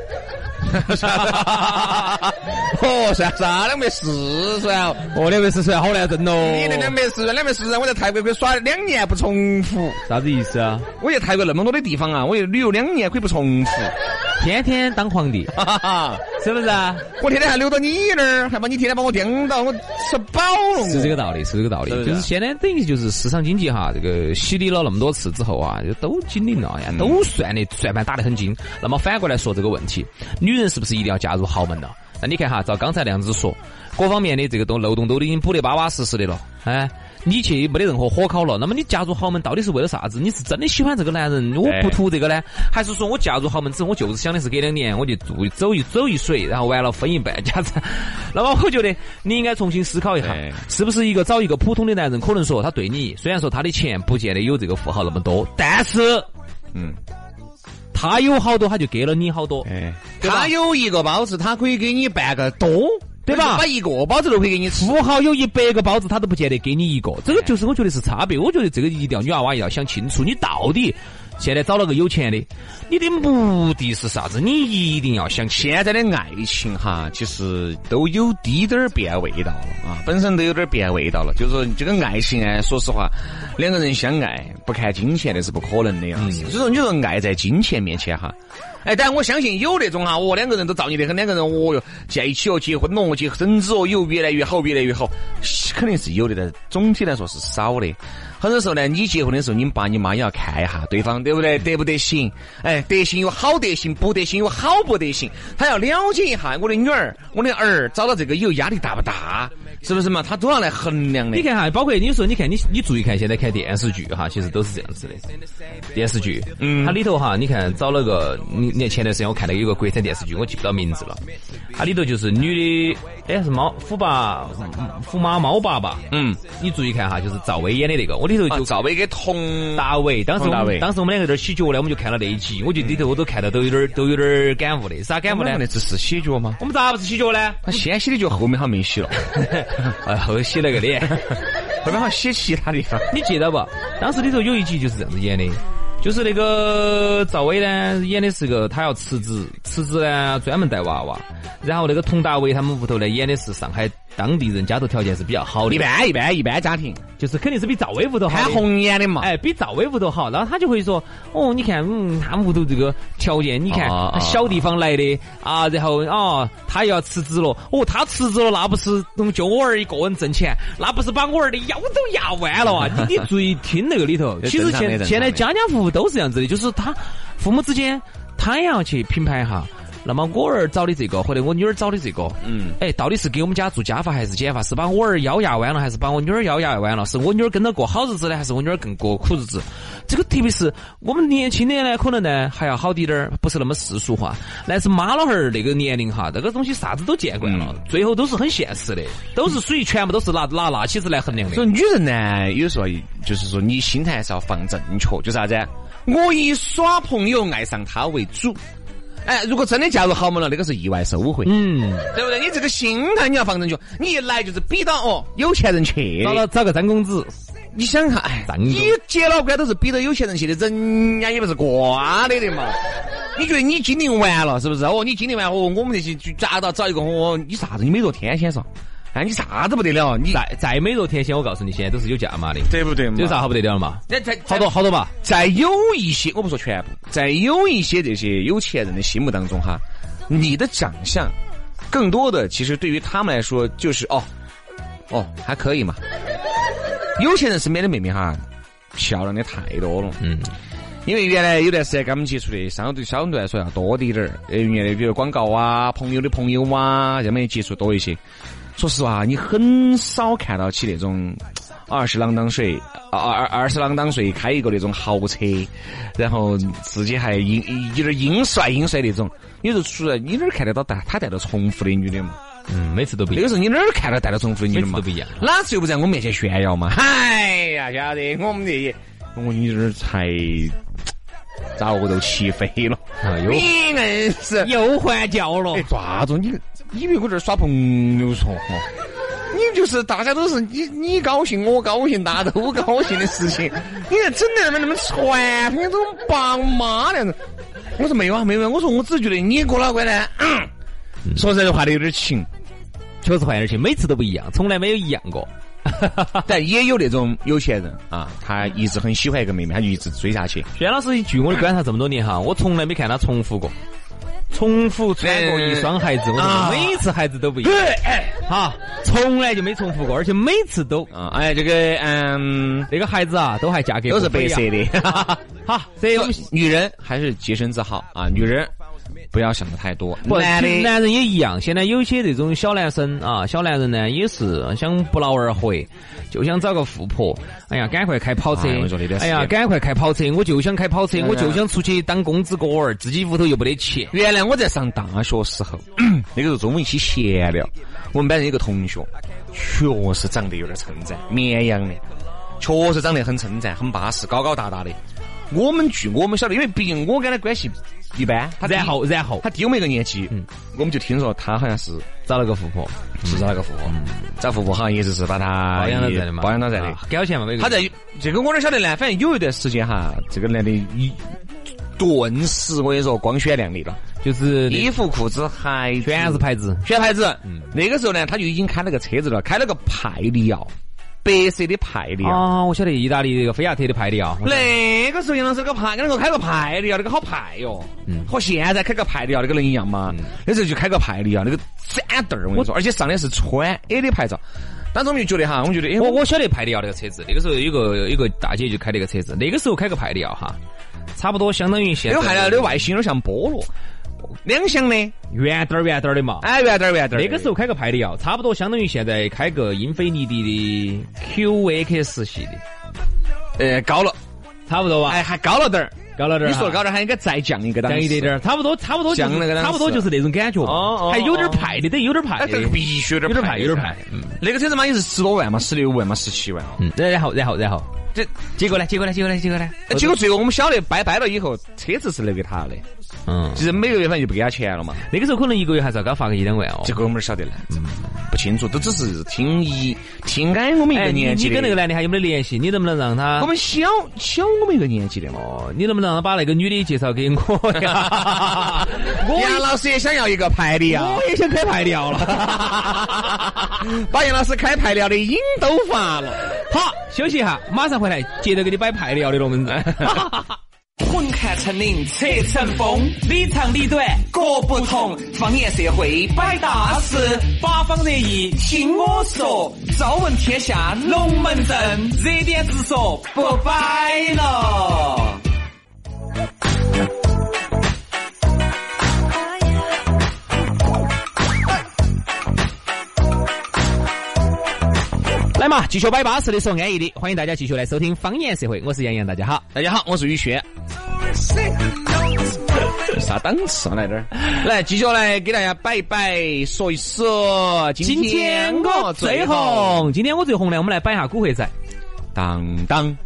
Speaker 2: 哦，算啥？两百四十万哦，
Speaker 4: 哦，两百四十万好难挣哦。
Speaker 2: 你那两百四十万，两百四十万，我在泰国可以耍两年不重复。
Speaker 4: 啥子意思啊？
Speaker 2: 我去泰国那么多的地方啊，我去旅游两年可以不重复，
Speaker 4: 天天当皇帝，
Speaker 2: 哈哈哈！
Speaker 4: 是不是啊？
Speaker 2: 我天天还留到你那儿，还把你天天把我盯到，我吃饱了。
Speaker 4: 是这个道理，是这个道理。
Speaker 2: 是不是
Speaker 4: 就
Speaker 2: 啊
Speaker 4: 是现在等于就是市场经济哈，这个洗礼了那么多次之后啊，就都精灵了呀，都算的算盘打得很精。那么反过来说这个问题，女人是不是一定要嫁入豪门了？那你看哈，照刚才那样子说，各方面的这个都漏洞都已经补得巴巴适适的了，哎。你去没得任何火烤了，那么你嫁入豪门到底是为了啥子？你是真的喜欢这个男人，我不图这个呢，还是说我嫁入豪门之后，我就是想的是隔两年我就住走一走一水，然后完了分一半家产？那么我觉得你应该重新思考一下
Speaker 2: 对，
Speaker 4: 啊是不是一个找一个普通的男人，可能说他对你，虽然说他的钱不见得有这个富豪那么多，但是
Speaker 2: 嗯，
Speaker 4: 他有好多，他就给了你好多。
Speaker 2: 哎，他有一个包子，他可以给你半个多，
Speaker 4: 对吧
Speaker 2: 他就把一个包子都可以给你吃。
Speaker 4: 富豪有一百个包子，他都不见得给你一个，这个就是我觉得是差别。我觉得这个一定要女娃娃要想清楚，你到底现在找了个有钱的，你的目的是啥子？你一定要想清。
Speaker 2: 现在的爱情哈，其实都有滴点儿变味道了啊，本身都有点儿变味道了。就是说，这个爱情啊，说实话，两个人相爱不看金钱那是不可能的呀。所以说，你说爱在金钱面前哈，哎，但我相信有那种哈，哦，两个人都造孽得很，两个人哦哟在一起哦，结婚了哦，结甚至哦，以后越来越好，越来越好，肯定是有的，但总体来说是少的。很多时候呢，你结婚的时候，你们爸你妈也要看一下对方，对不
Speaker 4: 嗯
Speaker 2: 对？得不得行？哎，德行有好德行，不得行有好不得行。他要了解一下我的女儿、我的儿找到这个以后压力大不大，是不是嘛？他都要来衡量的。
Speaker 4: 你看哈，包括有时候你看你你注意看现在看电视剧哈，其实都是这样子的。电视剧，嗯，它里头哈，你看找了个，你你看前段时间我看了有个国产电视剧，我记不到名字了，它里头就是女的，哎是猫虎爸虎妈猫爸爸，嗯，你注意看哈，就是赵薇演的那个，我里头
Speaker 2: 啊
Speaker 4: 就
Speaker 2: 赵薇跟佟
Speaker 4: 大伟，当时我
Speaker 2: 佟大
Speaker 4: 们
Speaker 2: 为
Speaker 4: 当时我们两个在这儿起脚呢，我们就看了那一集，我觉得里头我都看到都有点儿都有点儿感悟的，啥感悟呢？
Speaker 2: 那只是洗脚吗？
Speaker 4: 我们咋不是起脚呢？ (laughs)
Speaker 2: 他先洗的脚，后面好像没洗了，
Speaker 4: 哎，后洗了个脸。
Speaker 2: 后面好像洗其他地方。
Speaker 4: 你记得不？当时里头有一集就是这样子演的，就是那个赵薇呢演的是个她要辞职，辞职呢专门带娃娃，然后那个佟大为他们屋头呢演的是上海当地人家头条件是比较好的，
Speaker 2: 一般一般一般家庭，
Speaker 4: 就是肯定是比赵薇屋头好的
Speaker 2: 潘红演的嘛。
Speaker 4: 哎，比赵薇屋头好，然后他就会说，哦，你看，嗯，他们屋头这个条件，你看、
Speaker 2: 啊啊
Speaker 4: 他小地方来的啊，然后啊，他又要辞职了，哦，他辞职了，那不是嗯就我儿一个人挣钱，那不是把我儿的腰都压弯了啊！你你注意听那个里
Speaker 2: (laughs)
Speaker 4: 头，
Speaker 2: 这
Speaker 4: 其实
Speaker 2: 正常的正
Speaker 4: 现
Speaker 2: 常
Speaker 4: 现在
Speaker 2: 的
Speaker 4: 家家户户都是这样子的，就是他父母之间，他也要去品牌哈。那么我儿找的这个，或者我女儿找的这个，嗯，哎，到底是给我们家做加法还是减法？是把我儿腰压弯了，还是把我女儿腰压弯了？是我女儿跟着过好日子呢，还是我女儿更过苦日子？这个特别是我们年轻的呢，可能呢还要好滴点儿，不是那么世俗化。但是妈老汉儿那个年龄哈，这个东西啥子都见惯
Speaker 2: 嗯
Speaker 4: 了，最后都是很现实的，都是属于全部都是拿拿拿起子来衡量的
Speaker 2: 所。以女人呢，有时候就是说，你心态是要放正确，就是啥子？啊我以耍朋友爱上他为主。哎，如果真的嫁入豪门了，那个是意外收获，
Speaker 4: 嗯，
Speaker 2: 对不对？你这个心态你要放正确，你一来就是比到哦有钱人去
Speaker 4: 找。了找个张公子，
Speaker 2: 你想看，哎
Speaker 4: 当，中
Speaker 2: 你结老倌都是比到有钱人去的，人家也不是瓜的的嘛。你觉得你经历完了是不是？哦，你经历完哦，我们这些就嫁到找一个哦，你啥子？你美若天仙嗦？哎，你啥子不得了？你
Speaker 4: 再再美若天仙，我告诉你，现在都是有价码的，
Speaker 2: 对不对嘛
Speaker 4: 有啥好不得了嘛？
Speaker 2: 那才
Speaker 4: 好多好多吧，
Speaker 2: 在有一些，我不说全部，在有一些这些有钱人的心目当中哈，你的长相，更多的其实对于他们来说就是哦，哦还可以嘛。有钱人身边的妹妹哈，漂亮的太多了。
Speaker 4: 嗯，
Speaker 2: 因为原来有段时间跟我们接触的，相对相对来说要多滴点儿。呃，原来比如广告啊、朋友的朋友啊，这么接触多一些。说实话，你很少看到起那种二十啷当岁、二二二十啷当岁开一个那种豪车，然后自己还英有点英帅英帅那种。有时候出来，你哪儿看得到带他带到重复的女的嘛？
Speaker 4: 嗯，每次都不一样
Speaker 2: 那个时候你哪儿看到带到重复的女
Speaker 4: 每
Speaker 2: 的
Speaker 4: 次
Speaker 2: 嘛？
Speaker 4: 都不一样
Speaker 2: 哪次又不在我面前炫耀嘛？ (laughs) 哎呀，晓得我们这些，我你这儿才咋个都起飞了？
Speaker 4: 啊，有
Speaker 2: 你硬是
Speaker 4: 又换教了
Speaker 2: 哎，抓住你！你以为我这儿耍朋友说哈？你就是大家都是你你高兴我高兴大家都高兴的事情， (laughs) 你还整得那么那么传统，这种爸妈那样子。我说没有啊，没有啊，我说我只觉得你郭老倌呢，嗯说实在话的有点情，
Speaker 4: 确实换点去，每次都不一样，从来没有一样过。
Speaker 2: 但也有那种有钱人啊，他一直很喜欢一个妹妹，他就一直追下去。
Speaker 4: 轩老师，据我的观察这么多年哈，我从来没看他重复过，重复穿过一双鞋子，我
Speaker 2: 啊哎
Speaker 4: 说每次鞋子都不一样，哈，从来就没重复过，而且每次都
Speaker 2: 啊，哎，这个嗯，
Speaker 4: 那个鞋子啊，都还嫁给
Speaker 2: 都是
Speaker 4: 不
Speaker 2: 白
Speaker 4: 一
Speaker 2: 色
Speaker 4: 样。 (laughs)
Speaker 2: 的。
Speaker 4: 好，这我们
Speaker 2: (laughs) 女人还是洁身自好啊，女人不要想的太多。
Speaker 4: 不，
Speaker 2: 男
Speaker 4: 其实
Speaker 2: 的
Speaker 4: 男人也一样。现在有些这种小男生啊，小男人呢也是想不劳而获，就想找个富婆。哎呀，赶快开跑车
Speaker 2: 哎我说那！段时
Speaker 4: 哎
Speaker 2: 间
Speaker 4: 呀，赶快开跑车！我就想开跑车，
Speaker 2: 啊
Speaker 4: 我就想出去当公子哥儿，自己屋头又没得钱。
Speaker 2: 原来我在上大学时候， (clears throat) 那个时候中午一起闲聊，我们班上有个同学，确实长得有点称赞，绵阳的，确实长得很称赞，很巴适，高高大大的。我们据我们晓得，因为毕竟我跟他关系一般，他低
Speaker 4: 然后，然后
Speaker 2: 他低我们一个年级，
Speaker 4: 嗯
Speaker 2: 我们就听说他好像是
Speaker 4: 找了个富婆，
Speaker 2: 是找那个富婆，找富婆好像也就是把
Speaker 4: 嗯
Speaker 2: 他
Speaker 4: 包养到在的嘛，
Speaker 2: 哎包养到在的。
Speaker 4: 啊给他钱嘛，每个
Speaker 2: 他在这个我哪晓得呢？反正有一段时间哈，这个男的一顿时我跟你说光鲜亮丽了，
Speaker 4: 就是
Speaker 2: 衣服、裤子、鞋子
Speaker 4: 全是牌嗯子，
Speaker 2: 选牌子。那个时候呢，他就已经开了个车子了，开了个派利奥，白色的派利奥。
Speaker 4: 啊，我晓得意大利那个菲亚特的牌的啊，
Speaker 2: 嗯那个时候杨老师个派，那个开个派利奥，那个好派哟、
Speaker 4: 嗯
Speaker 2: 和现在开个派利奥那个能一样吗？那时候就开个派利奥，那个展凳儿，我跟你说，而且上的是川 A 的牌照。当时我们就觉得哈，我们觉得，哎，
Speaker 4: 我我晓得派利奥那个车子，那个时候有个有个大姐就开那个车子，那个时候开个派利奥哈，差不多相当于现
Speaker 2: 那
Speaker 4: 在
Speaker 2: 个汉料的外哎形有点像菠萝，两厢的，
Speaker 4: 圆点儿圆点儿的嘛。
Speaker 2: 哎，圆点儿圆点儿。
Speaker 4: 那个时候开个派利奥，差不多相当于现在开个英菲尼迪的 QX 系的，
Speaker 2: 呃高了，
Speaker 4: 差不多吧？
Speaker 2: 哎，还高了点儿。
Speaker 4: 高了点儿
Speaker 2: 你
Speaker 4: 哈
Speaker 2: 说的高点儿，还应该再降一个档
Speaker 4: 讲啊
Speaker 2: 次。
Speaker 4: 一点点儿，差不多，差不多、就是，
Speaker 2: 像那个当时
Speaker 4: 差不多就是那种感觉吧，
Speaker 2: 哦哦
Speaker 4: 还有点儿派的，等于有点儿派
Speaker 2: 哎，
Speaker 4: 的
Speaker 2: 这，个必须有点
Speaker 4: 有点儿
Speaker 2: 派，
Speaker 4: 派，有点儿派。。嗯
Speaker 2: 那个车子嘛也是十多万嘛，十六万嘛，十七万哦。
Speaker 4: 嗯，然后，然后，然后，
Speaker 2: 这
Speaker 4: 结果呢？结果呢？结果呢？结果呢？
Speaker 2: 哎结果最后我们晓得掰掰了以后，车子是留给他的，
Speaker 4: 嗯，
Speaker 2: 就是每个月反正就不给他钱了嘛。
Speaker 4: 那个时候可能一个月还是要给他发个一两万哦
Speaker 2: 这。个我们哪儿晓得呢？不清楚，都只是听一听俺我们一
Speaker 4: 哎，
Speaker 2: 个
Speaker 4: 你
Speaker 2: 年纪
Speaker 4: 你
Speaker 2: 的。啊
Speaker 4: 跟那个男的还有没得联系？你能不能让他
Speaker 2: 我？们小小我们一个年纪的嘛。
Speaker 4: 哦，你能不能让他把那个女的介绍给我
Speaker 2: (laughs)
Speaker 4: 呀？ (laughs)
Speaker 2: 杨老师也想要一个排啊的呀，
Speaker 4: 我也想开派掉了。
Speaker 2: (laughs) 把杨老师开排料的瘾都发了。
Speaker 4: 好，休息一下，马上回来，接着给你摆派料的龙门
Speaker 2: (laughs)
Speaker 4: 阵。
Speaker 3: 滚看成岭侧成峰，里长里短各不同。方言社会摆大事，八方热议听我说。朝闻天下龙门阵，热点直说不摆了。
Speaker 4: 来嘛，继续摆巴适的说安逸的，欢迎大家继续来收听《方言社会》，我是杨洋，大家好。
Speaker 2: 大家好，我是宇轩。啥档次啊？来点儿，来继续来给大家摆一摆，说一说。
Speaker 4: 今天我最，红，今天我最红呢，我们来摆一下古惑仔。
Speaker 2: 当当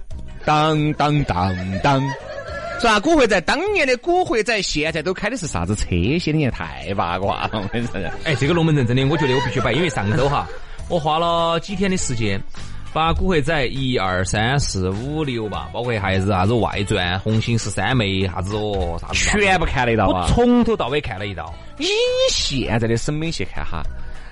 Speaker 2: 当当当当。是吧？古惑仔当年的古惑仔，现在都开的是啥子车？些你也太八卦了，我 (laughs) 跟你说。
Speaker 4: 哎，这个龙门阵真的，我觉得我必须摆，因为上周
Speaker 2: (laughs)
Speaker 4: 哈，我花了几天的时间，把古惑仔一二三四五六吧，包括还是啥子外传、红星十三妹啥子哦，啥子啥子
Speaker 2: 全部看得到
Speaker 4: 我
Speaker 2: 啊！
Speaker 4: 从头到尾看了一道。
Speaker 2: 以现在的审美去看哈，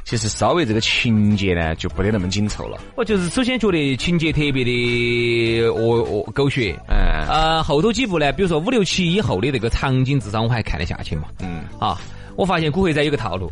Speaker 2: 其实稍微这个情节呢就不得那么紧凑了。
Speaker 4: 我就是首先觉得情节特别的恶恶狗血，
Speaker 2: 嗯
Speaker 4: 呃，后头几部呢，比如说五六七以后的这个场景，至少我还看得下去嘛。
Speaker 2: 嗯，
Speaker 4: 啊，我发现古惑仔有个套路，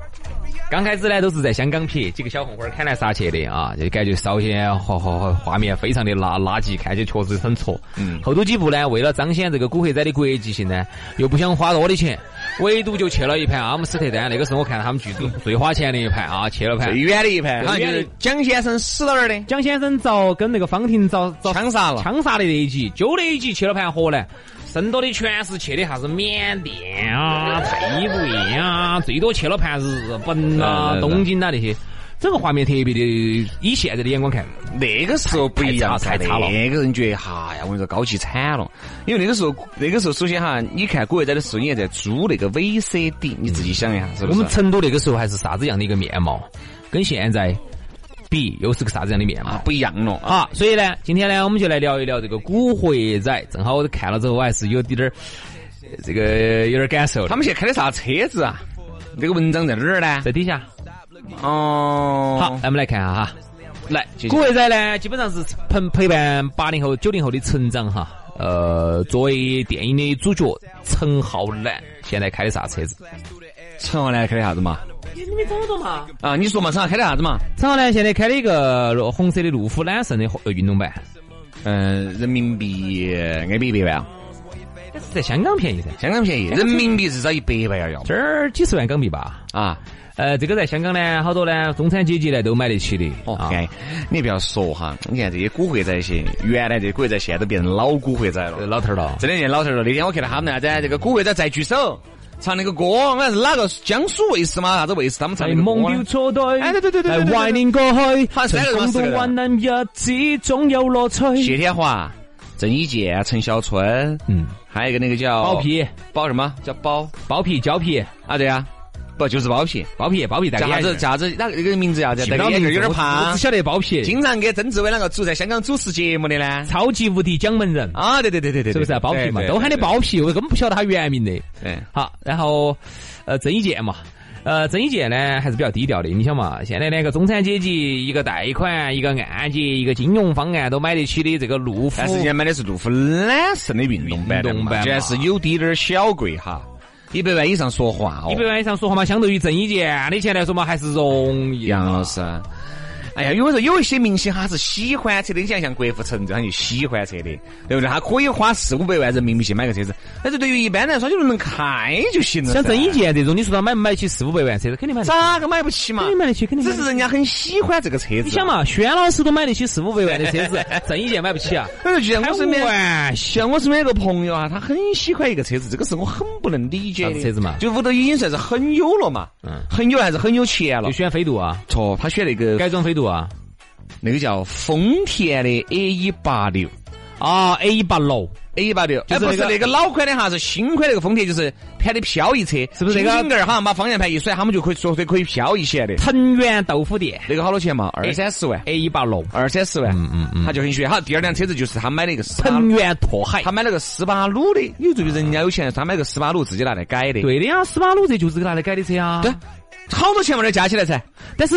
Speaker 4: 刚开始呢都是在香港拍几个小混混儿砍来杀去的啊，就感觉稍显画画画面非常的垃垃圾，看起确实很挫。嗯，后头几部呢，为了彰显这个古惑仔的国际性呢，又不想花多的钱，唯独就去了一盘阿姆斯特丹，那个时候我看他们 (laughs) 剧组最花钱的一盘啊，去了盘
Speaker 2: 最。远的一盘，好像
Speaker 4: 最
Speaker 2: 就
Speaker 4: 远的
Speaker 2: 是蒋先生死到哪儿的？
Speaker 4: 蒋先生遭跟那个方婷遭遭
Speaker 2: 枪杀了。
Speaker 4: 枪杀的那一集，就那一集去了盘河南，剩多的全是去的啥子缅甸啊、泰国啊，最多去了盘日本啊、
Speaker 2: 嗯
Speaker 4: 东京啊那些。整个画面特别的，以现在的眼光看，
Speaker 2: 那个时候不一样，
Speaker 4: 太差太差了
Speaker 2: 那个人觉得哈呀，我跟你说高级惨了。因为那个时候，那个时候首先哈，你看古惑仔的时候，你还在租那个 VCD，你自己想一下，是不
Speaker 4: 我
Speaker 2: 是？
Speaker 4: 们成都那个时候还是啥子样的一个面貌，跟现在比又是个啥子样的面貌
Speaker 2: 啊？不一样了啊！
Speaker 4: 好，所以呢，今天呢，我们就来聊一聊这个古惑仔。正好我看了之后，我还是有点儿呃这个有点儿感受的。
Speaker 2: 他们现在开的啥车子啊？那个文章在哪儿呢？
Speaker 4: 在底下，
Speaker 2: 哦，
Speaker 4: 好，来我们来看一下哈。
Speaker 2: 来，继续
Speaker 4: 古惑仔呢，基本上是陪陪伴八零后、九零后的成长哈。呃，作为电影的主角陈浩南，现在开的啥车子？
Speaker 2: 陈浩南开的啥子嘛？
Speaker 4: 你没找到嘛？
Speaker 2: 啊，你说嘛，陈浩南开的啥子嘛？
Speaker 4: 陈浩南现在开了一个路红色的路虎揽胜的呃运动版，
Speaker 2: 嗯，人民币呃挨比一百万，啊
Speaker 4: 在香港便宜噻，
Speaker 2: 相当便宜，人民币至少一百万要要
Speaker 4: 哎这儿几十万港币吧。
Speaker 2: 啊！
Speaker 4: 呃，这个在香港呢，好多呢中产阶级呢都买得起的。
Speaker 2: 哦，
Speaker 4: 啊
Speaker 2: 哎，你不要说哈，你看这些古惑仔些，原来这些古惑仔现在都变成老古惑仔
Speaker 4: 呃
Speaker 2: 了，
Speaker 4: 老头儿了。
Speaker 2: 真的见老头儿了。那天我看到他们啥子，这个古惑仔再聚首唱那个歌，我看是哪个江苏卫视嘛，啥子卫视他们唱
Speaker 4: 在
Speaker 2: 的歌
Speaker 4: 忘掉
Speaker 2: 呢？
Speaker 4: 错對，
Speaker 2: 哎對對對對對對
Speaker 4: 係懷念過去，
Speaker 2: 好
Speaker 4: 曾
Speaker 2: 三個人
Speaker 4: 共
Speaker 2: 四個
Speaker 4: 度
Speaker 2: 人
Speaker 4: 患難日子，總有樂趣。
Speaker 2: 谢天华、郑伊健、啊陈小春，
Speaker 4: 嗯，
Speaker 2: 还有一个那个叫
Speaker 4: 包皮、
Speaker 2: 包什么叫包
Speaker 4: 包皮、胶皮、
Speaker 2: 啊？对啊，不就是包皮？
Speaker 4: 包皮、包皮戴
Speaker 2: 叫
Speaker 4: 个
Speaker 2: 啥
Speaker 4: 眼
Speaker 2: 子？
Speaker 4: 镜，
Speaker 2: 叫啥子？哪个那个名字啊叫啥子？戴个眼镜有点
Speaker 4: 我
Speaker 2: 胖
Speaker 4: 只，晓得包皮。
Speaker 2: 经常给曾志伟两个主在香港主持节目的呢。
Speaker 4: 超级无敌蒋门人，
Speaker 2: 啊，对对对对对，
Speaker 4: 是不是啊？包皮嘛，
Speaker 2: 对对
Speaker 4: 都喊的
Speaker 2: 对
Speaker 4: 包皮，我根本不晓得他原名的。
Speaker 2: 对，
Speaker 4: 好，然后呃，郑伊健嘛。呃，郑伊健呢还是比较低调的，你想嘛，现在两个中产阶级，一个贷款，一个按揭，一个金融方案都买得起的这个路虎
Speaker 2: 但，是人家买的是路虎揽胜的运动版的嘛，
Speaker 4: 运动版嘛
Speaker 2: 居然是有滴点儿小贵哈，一百万以上说话哦
Speaker 4: 一百。万以上说话嘛，相对于郑伊健的钱来说嘛，还是容易。
Speaker 2: 杨老师，哎呀，有时候有一些明星他是喜欢车的，你像像郭富城这样就喜欢车的，对不对？他可以花四五百万人民币去买个车子，但是对于一般来说，就是能开就行了噻。
Speaker 4: 像郑伊健这种，你说他买不买起四五百万车子，肯定买得起。
Speaker 2: 咋个买不起嘛
Speaker 4: 肯？定买得起，肯定买
Speaker 2: 只
Speaker 4: 得
Speaker 2: 是
Speaker 4: 起。
Speaker 2: 人家很喜欢这个车子。
Speaker 4: 你想，嘛，轩老师都买得起四五百万的车子，郑伊健买不起啊？
Speaker 2: 但是就哎像我身边，
Speaker 4: 玩
Speaker 2: 像我身边有个朋友啊，他很喜欢一个车子，这个是我很不能理解
Speaker 4: 啥
Speaker 2: 的。
Speaker 4: 子车子嘛
Speaker 2: 就屋头已经算是很有了嘛，
Speaker 4: 嗯
Speaker 2: 很有还是很有钱了
Speaker 4: 就。选飞度啊，
Speaker 2: 错，他选那个
Speaker 4: 改装飞度啊，
Speaker 2: 那个叫丰田的 A 一八六
Speaker 4: 啊 A 一八六，
Speaker 2: ，A 一八六，哎，
Speaker 4: 是那
Speaker 2: 不是
Speaker 4: 个
Speaker 2: 那个老款的哈，是新款那个丰田，就是盘的漂移车，是
Speaker 4: 不是那个
Speaker 2: 轻个儿好像把方向盘一甩，他们就可以说是可以漂移起来的。
Speaker 4: 藤原豆腐店
Speaker 2: 那个好多钱嘛？二三十万，
Speaker 4: A 一八六，
Speaker 2: 二三十万，
Speaker 4: 哎嗯嗯嗯
Speaker 2: 他就很喜欢。好，第二辆车子就是他买了一个斯巴
Speaker 4: 藤
Speaker 2: 鲁，
Speaker 4: 原拓海
Speaker 2: 他。买了个斯巴鲁的，因为最近人家有钱，他买个斯巴鲁自己拿来改的。
Speaker 4: 对的呀，斯巴鲁这就是给拿来改的车啊。
Speaker 2: 对，好多钱嘛，这加起来噻。
Speaker 4: 但是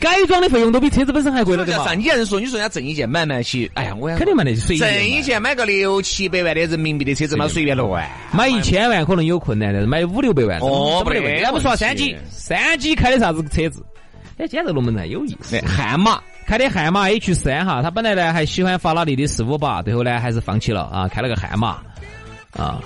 Speaker 4: 改装的费用都比车子本身还贵了，对
Speaker 2: 叫
Speaker 4: 吧
Speaker 2: 啥？？你还是说，你说人家郑伊健买买起？哎呀，我也
Speaker 4: 肯定。买得起，随
Speaker 2: 郑
Speaker 4: 意
Speaker 2: 伊
Speaker 4: 嘛
Speaker 2: 健买个六七百万的人民币的车子嘛，随便乱。
Speaker 4: 买一千万可能有困难，但是买五六百万
Speaker 2: 哦
Speaker 4: 不
Speaker 2: 不得
Speaker 4: 要不说三
Speaker 2: 问
Speaker 4: 级
Speaker 2: 题，
Speaker 4: 三级开的啥子车子？哎，今天这龙门阵有意思
Speaker 2: 那。哎悍马，
Speaker 4: 开的悍马 H 三哈，他本来呢还喜欢法拉利的四五八，最后呢还是放弃了啊，开了个悍马啊。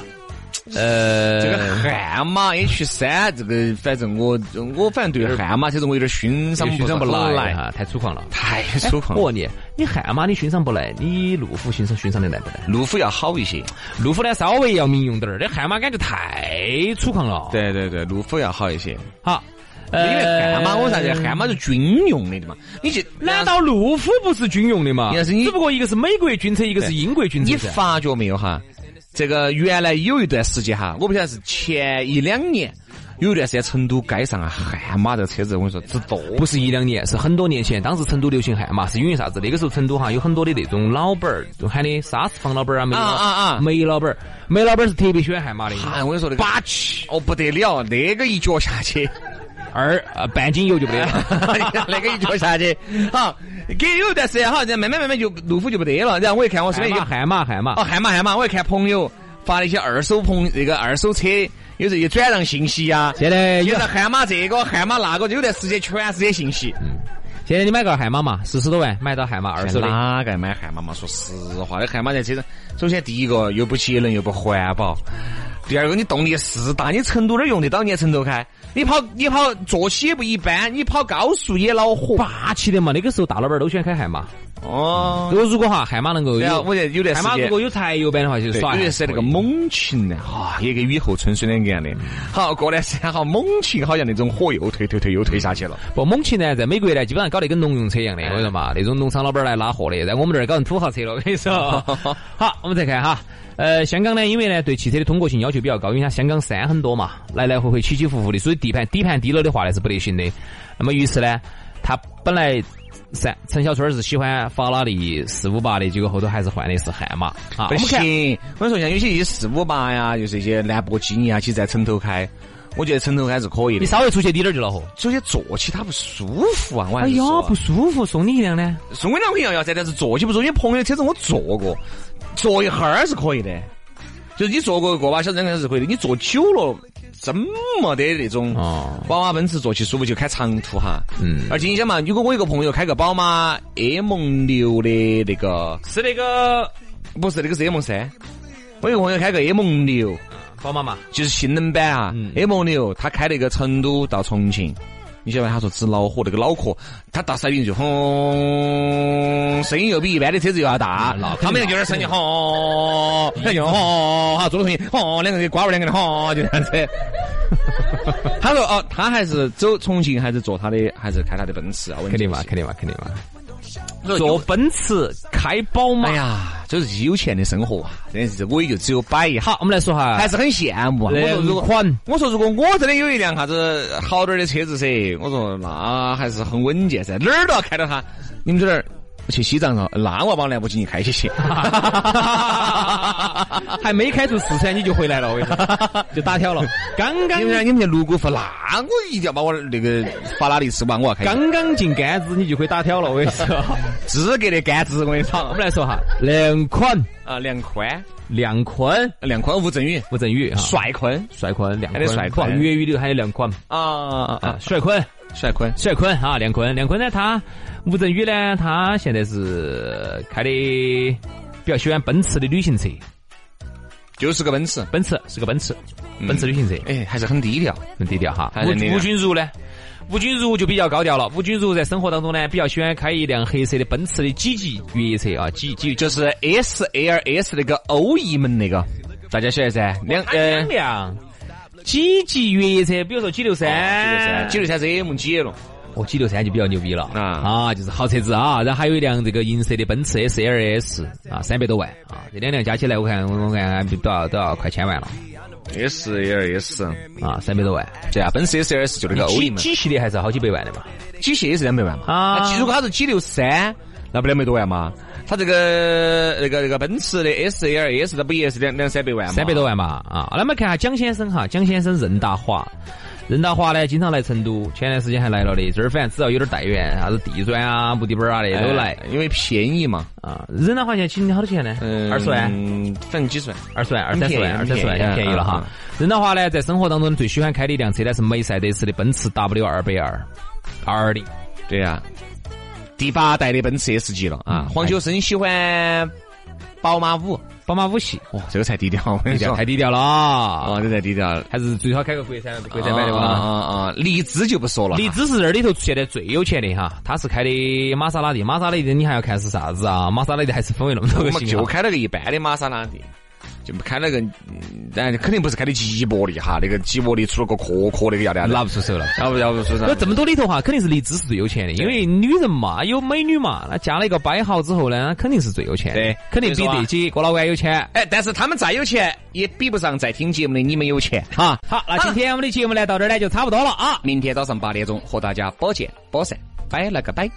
Speaker 4: 呃，
Speaker 2: 这个悍马 H 三，这个反正我我反正对悍马车子我有点欣赏
Speaker 4: 欣赏不来
Speaker 2: 来，哎
Speaker 4: 哈，太粗犷了。
Speaker 2: 太粗犷
Speaker 4: 我
Speaker 2: 了。
Speaker 4: 问哦你，你悍马你欣赏不来，你路虎欣赏欣赏的来不来？
Speaker 2: 路虎要好一些，
Speaker 4: 路虎呢稍微要民用点儿，这悍马感觉太粗犷了。，
Speaker 2: 对对对，路虎要好一些。
Speaker 4: 好，
Speaker 2: 因
Speaker 4: 呃，
Speaker 2: 为悍马，我啥子？悍马是军用的嘛？你去
Speaker 4: 难道路虎不是军用的嘛？
Speaker 2: 也是你
Speaker 4: 只不过一个是美国军车，一个是
Speaker 2: 对
Speaker 4: 英国军车
Speaker 2: 你
Speaker 4: 噻。
Speaker 2: 发觉没有哈？这个原来有一段时间哈，我不晓得是前一两年，有一段时间成都街上啊，悍马这车子，我跟你说之多。
Speaker 4: 不是一两年，是很多年前。当时成都流行悍马，是因为啥子？那个时候成都哈有很多的那种老板儿，就喊的啥子房老板儿啊，梅老
Speaker 2: 啊啊啊
Speaker 4: 梅老板儿，梅老板儿是特别喜欢悍马的。
Speaker 2: 哎，我跟你说那个
Speaker 4: 霸气，
Speaker 2: 哦不得了，那个一脚下去，
Speaker 4: 二 (laughs) 呃半斤油就不得了。
Speaker 2: 那个一脚下去，好，给有一段时间哈，然后慢慢慢慢就路虎就不得了。然后我一
Speaker 4: (laughs)
Speaker 2: 看我身
Speaker 4: 悍
Speaker 2: 边
Speaker 4: 马，
Speaker 2: 有
Speaker 4: 悍马，悍马
Speaker 2: 哦，悍马悍马，我一看朋友发了一些二手朋那个二手车有这些转让信息呀、啊，
Speaker 4: 现在有
Speaker 2: 有悍马这个悍马那个，有段时间全是这些信息。
Speaker 4: 现在你买个悍马嘛，四十多万买到悍马二手的。
Speaker 2: 哪个买悍马嘛？说实话，那悍马在车上，首先第一个又不节能又不环保，第二个你动力是大，你成都哪儿用得到？你在成都开，你跑你跑坐起也不一般，你跑高速也恼火。
Speaker 4: 霸气的嘛，那个时候大老板儿都喜欢开悍马。
Speaker 2: 哦，
Speaker 4: 如果如果哈，悍马能够
Speaker 2: 对啊，
Speaker 4: 有，
Speaker 2: 我觉得有段时
Speaker 4: 悍马如
Speaker 2: 间
Speaker 4: 果。有柴油版的话，就
Speaker 2: 对，
Speaker 4: 耍
Speaker 2: 有
Speaker 4: 一
Speaker 2: 段
Speaker 4: 下
Speaker 2: 时间那
Speaker 4: 可
Speaker 2: 个
Speaker 4: 以
Speaker 2: 猛禽呢，啊，也跟雨后春笋两个样的。好，过段时间好，猛禽好像那种火又推推推又推下去了。
Speaker 4: 不，猛禽呢，在美国呢，基本上搞得跟农用车一样的，我跟你说嘛，那种农场老板儿来拉货的，在我们这儿搞成土豪车了，我跟你 (laughs) 说。好，我们再看哈，呃，香港呢，因为呢对汽车的通过性要求比较高，因为它香港山很多嘛，来来回回起起伏伏的，所以地盘底盘低了的话呢是不得行的。那么于是呢，他本来三陈小春儿是喜欢法拉利四五八的，结果后头还是换的是悍马啊。我
Speaker 2: 不
Speaker 4: 们看
Speaker 2: 行，我跟你说，像有些一些四五八呀，就是一些兰博基尼啊，其实在城头开，我觉得城头开是可以
Speaker 4: 你
Speaker 2: 的。
Speaker 4: 稍微出去低点儿就恼火。
Speaker 2: 首先坐起它不舒服啊，我还
Speaker 4: 哎
Speaker 2: 是
Speaker 4: 呀
Speaker 2: 说，
Speaker 4: 不舒服，送你一辆呢。
Speaker 2: 送给两朋友要噻，但是坐起不舒服。因为朋友的车子我坐过，坐一会儿是可以的，就是你坐过个把小时两个小时是可以的。你坐久了，真没得那种
Speaker 4: 哦
Speaker 2: 宝马、奔驰坐起舒服，就开长途哈。
Speaker 4: 嗯
Speaker 2: 而且你想嘛，如果我有个朋友开个宝马 M 六的那个，
Speaker 4: 是那个
Speaker 2: 不是那个是 M 三，我有个朋友开个 M 六。
Speaker 4: 宝马嘛？
Speaker 2: 就是性能版啊、
Speaker 4: 嗯
Speaker 2: m 六，他开了一个成都到重庆，你晓得吧他说只恼火那个脑壳，他到山顶就轰，声音又比一般的车子又要大
Speaker 4: 嗯那肯，定
Speaker 2: 他们就有点声音哎轰，他就轰，好，坐到重庆轰，两个人瓜娃儿两个人轰，就这样子。 (laughs) 他说哦，他还是走重庆，还是坐他的，还是开他的奔驰啊？
Speaker 4: 肯定嘛，肯定嘛，肯定嘛。坐奔驰，开宝马。
Speaker 2: 哎呀，这是有钱的生活啊！真是，我也就只有摆一下，
Speaker 4: 好，我们来说哈，
Speaker 2: 还是很羡慕啊。我说如果
Speaker 4: 款 (laughs)
Speaker 2: 我说，如果我真的有一辆啥子好点儿的车子噻，我说那还是很稳健噻，哪儿都要开到它。你们这儿去西藏了，那我要把兰博基尼开起去。 (laughs)
Speaker 4: 还没开出四川你就回来了，我跟你
Speaker 2: (laughs)
Speaker 4: 说，就打挑了。刚刚
Speaker 2: 你们这儿你们这泸沽湖，那我一定要把我那个法拉利斯巴我要开
Speaker 4: (laughs)
Speaker 2: 起。
Speaker 4: 刚刚进甘孜，你就可以打挑
Speaker 2: (laughs)
Speaker 4: 了，我跟你说。
Speaker 2: 资格的杆子，我跟你
Speaker 4: 好，我
Speaker 2: 说
Speaker 4: 们来说哈，两款
Speaker 2: 啊，两宽
Speaker 4: 梁坤、
Speaker 2: 梁宽、吴镇宇、
Speaker 4: 吴镇宇啊，
Speaker 2: 帅坤
Speaker 4: 帅坤、梁
Speaker 2: 还得
Speaker 4: 坤，
Speaker 2: 帅坤
Speaker 4: 不好粤语里头还有梁坤
Speaker 2: 啊啊
Speaker 4: 啊，帅坤。
Speaker 2: 帅坤
Speaker 4: 帅坤啊，梁坤，梁坤呢，他吴镇宇呢，他现在是开的比较喜欢奔驰的旅行车，
Speaker 2: 就是个奔驰，
Speaker 4: 奔驰是个奔驰，奔驰旅行车，
Speaker 2: 哎，还是很低调。
Speaker 4: 很低调哈。
Speaker 2: 还是那
Speaker 4: 吴
Speaker 2: 个
Speaker 4: 吴君如呢？吴君如就比较高调了。吴君如在生活当中呢，比较喜欢开一辆黑色的奔驰的 G 级越野车啊，G G
Speaker 2: 就是 S L S 那个欧翼门那个，大家晓得噻？两呃
Speaker 4: 两辆 G 级越野车，比如说 G 六三，
Speaker 2: 哦九六三 ZMG 了，
Speaker 4: 哦 G 六三就比较牛逼了
Speaker 2: 啊
Speaker 4: 啊，就是好车子啊。然后还有一辆这个银色的奔驰 S L S 啊，三百多万啊，这两辆加起来我看我看都要都要快千万了
Speaker 2: S L S，
Speaker 4: 啊，三百多万。
Speaker 2: 对啊，奔驰 S L S 就那个欧翼
Speaker 4: G
Speaker 2: 门，
Speaker 4: G 系列还是好几百万的嘛，
Speaker 2: 机械也是两百万嘛。
Speaker 4: 啊
Speaker 2: 那如果它是 G 六三，那不两百多万嘛？它这个那个那个奔驰的 S L S，那不也是两两三百万嘛？
Speaker 4: 三百多万嘛啊。那么看下蒋先生哈，蒋先生任达华，任达华呢经常来成都，前段时间还来了的。这儿反正只要有点带源，啥子地砖啊、木地板啊那
Speaker 2: 哎
Speaker 4: 都来
Speaker 2: 因为便宜嘛。
Speaker 4: 啊。任达华现在请你好多钱呢？
Speaker 2: 嗯，
Speaker 4: 二十万。
Speaker 2: 嗯，反正几十万。
Speaker 4: 二十万、二三十万、二
Speaker 2: 很
Speaker 4: 三
Speaker 2: 便宜
Speaker 4: 十万，
Speaker 2: 很便宜
Speaker 4: 很便宜了哈
Speaker 2: 嗯。
Speaker 4: 任达华呢，在生活当中最喜欢开的一辆车呢是梅赛德斯的奔驰 W 二百二 R 二零。
Speaker 2: 对呀、第八代的奔驰 S 级了啊。
Speaker 4: 嗯
Speaker 2: 黄秋生喜欢宝马五，
Speaker 4: 宝马五系，哦
Speaker 2: 哇，这个才低调，我
Speaker 4: 低
Speaker 2: 跟你
Speaker 4: 调
Speaker 2: 说
Speaker 4: 太低调了啊
Speaker 2: 啊，！这才低调。
Speaker 4: 还是最好开个国产国产版的
Speaker 2: 啊
Speaker 4: 吧。
Speaker 2: 啊啊！荔枝就不说了，
Speaker 4: 李子是这儿里头现在最有钱的哈，他是开的玛莎拉蒂，玛莎拉蒂你还要看是啥子啊？玛莎拉蒂还是分为那么多
Speaker 2: 我
Speaker 4: 个
Speaker 2: 们
Speaker 4: 型
Speaker 2: 就
Speaker 4: 号。
Speaker 2: 开了个一般的玛莎拉蒂，就不开了个，嗯但肯定不是开的吉伯利哈，那个吉伯利出了个壳壳那个要得
Speaker 4: 拿
Speaker 2: 要
Speaker 4: 不出手了。
Speaker 2: 不要不说啥
Speaker 4: 那这么多里头哈，肯定是荔枝是最有钱的，因为女人嘛，有美女嘛，那加了一个摆号之后呢，肯定是最有钱的，
Speaker 2: 对
Speaker 4: 肯定比
Speaker 2: 所以说啊
Speaker 4: 地基郭老倌有钱。
Speaker 2: 哎，但是他们再有钱，也比不上在听节目的你们有钱哈。
Speaker 4: 啊好，那今天我们的节目呢，到这儿呢就差不多了啊。
Speaker 2: 明天早上八点钟和大家不见不散，拜了个拜。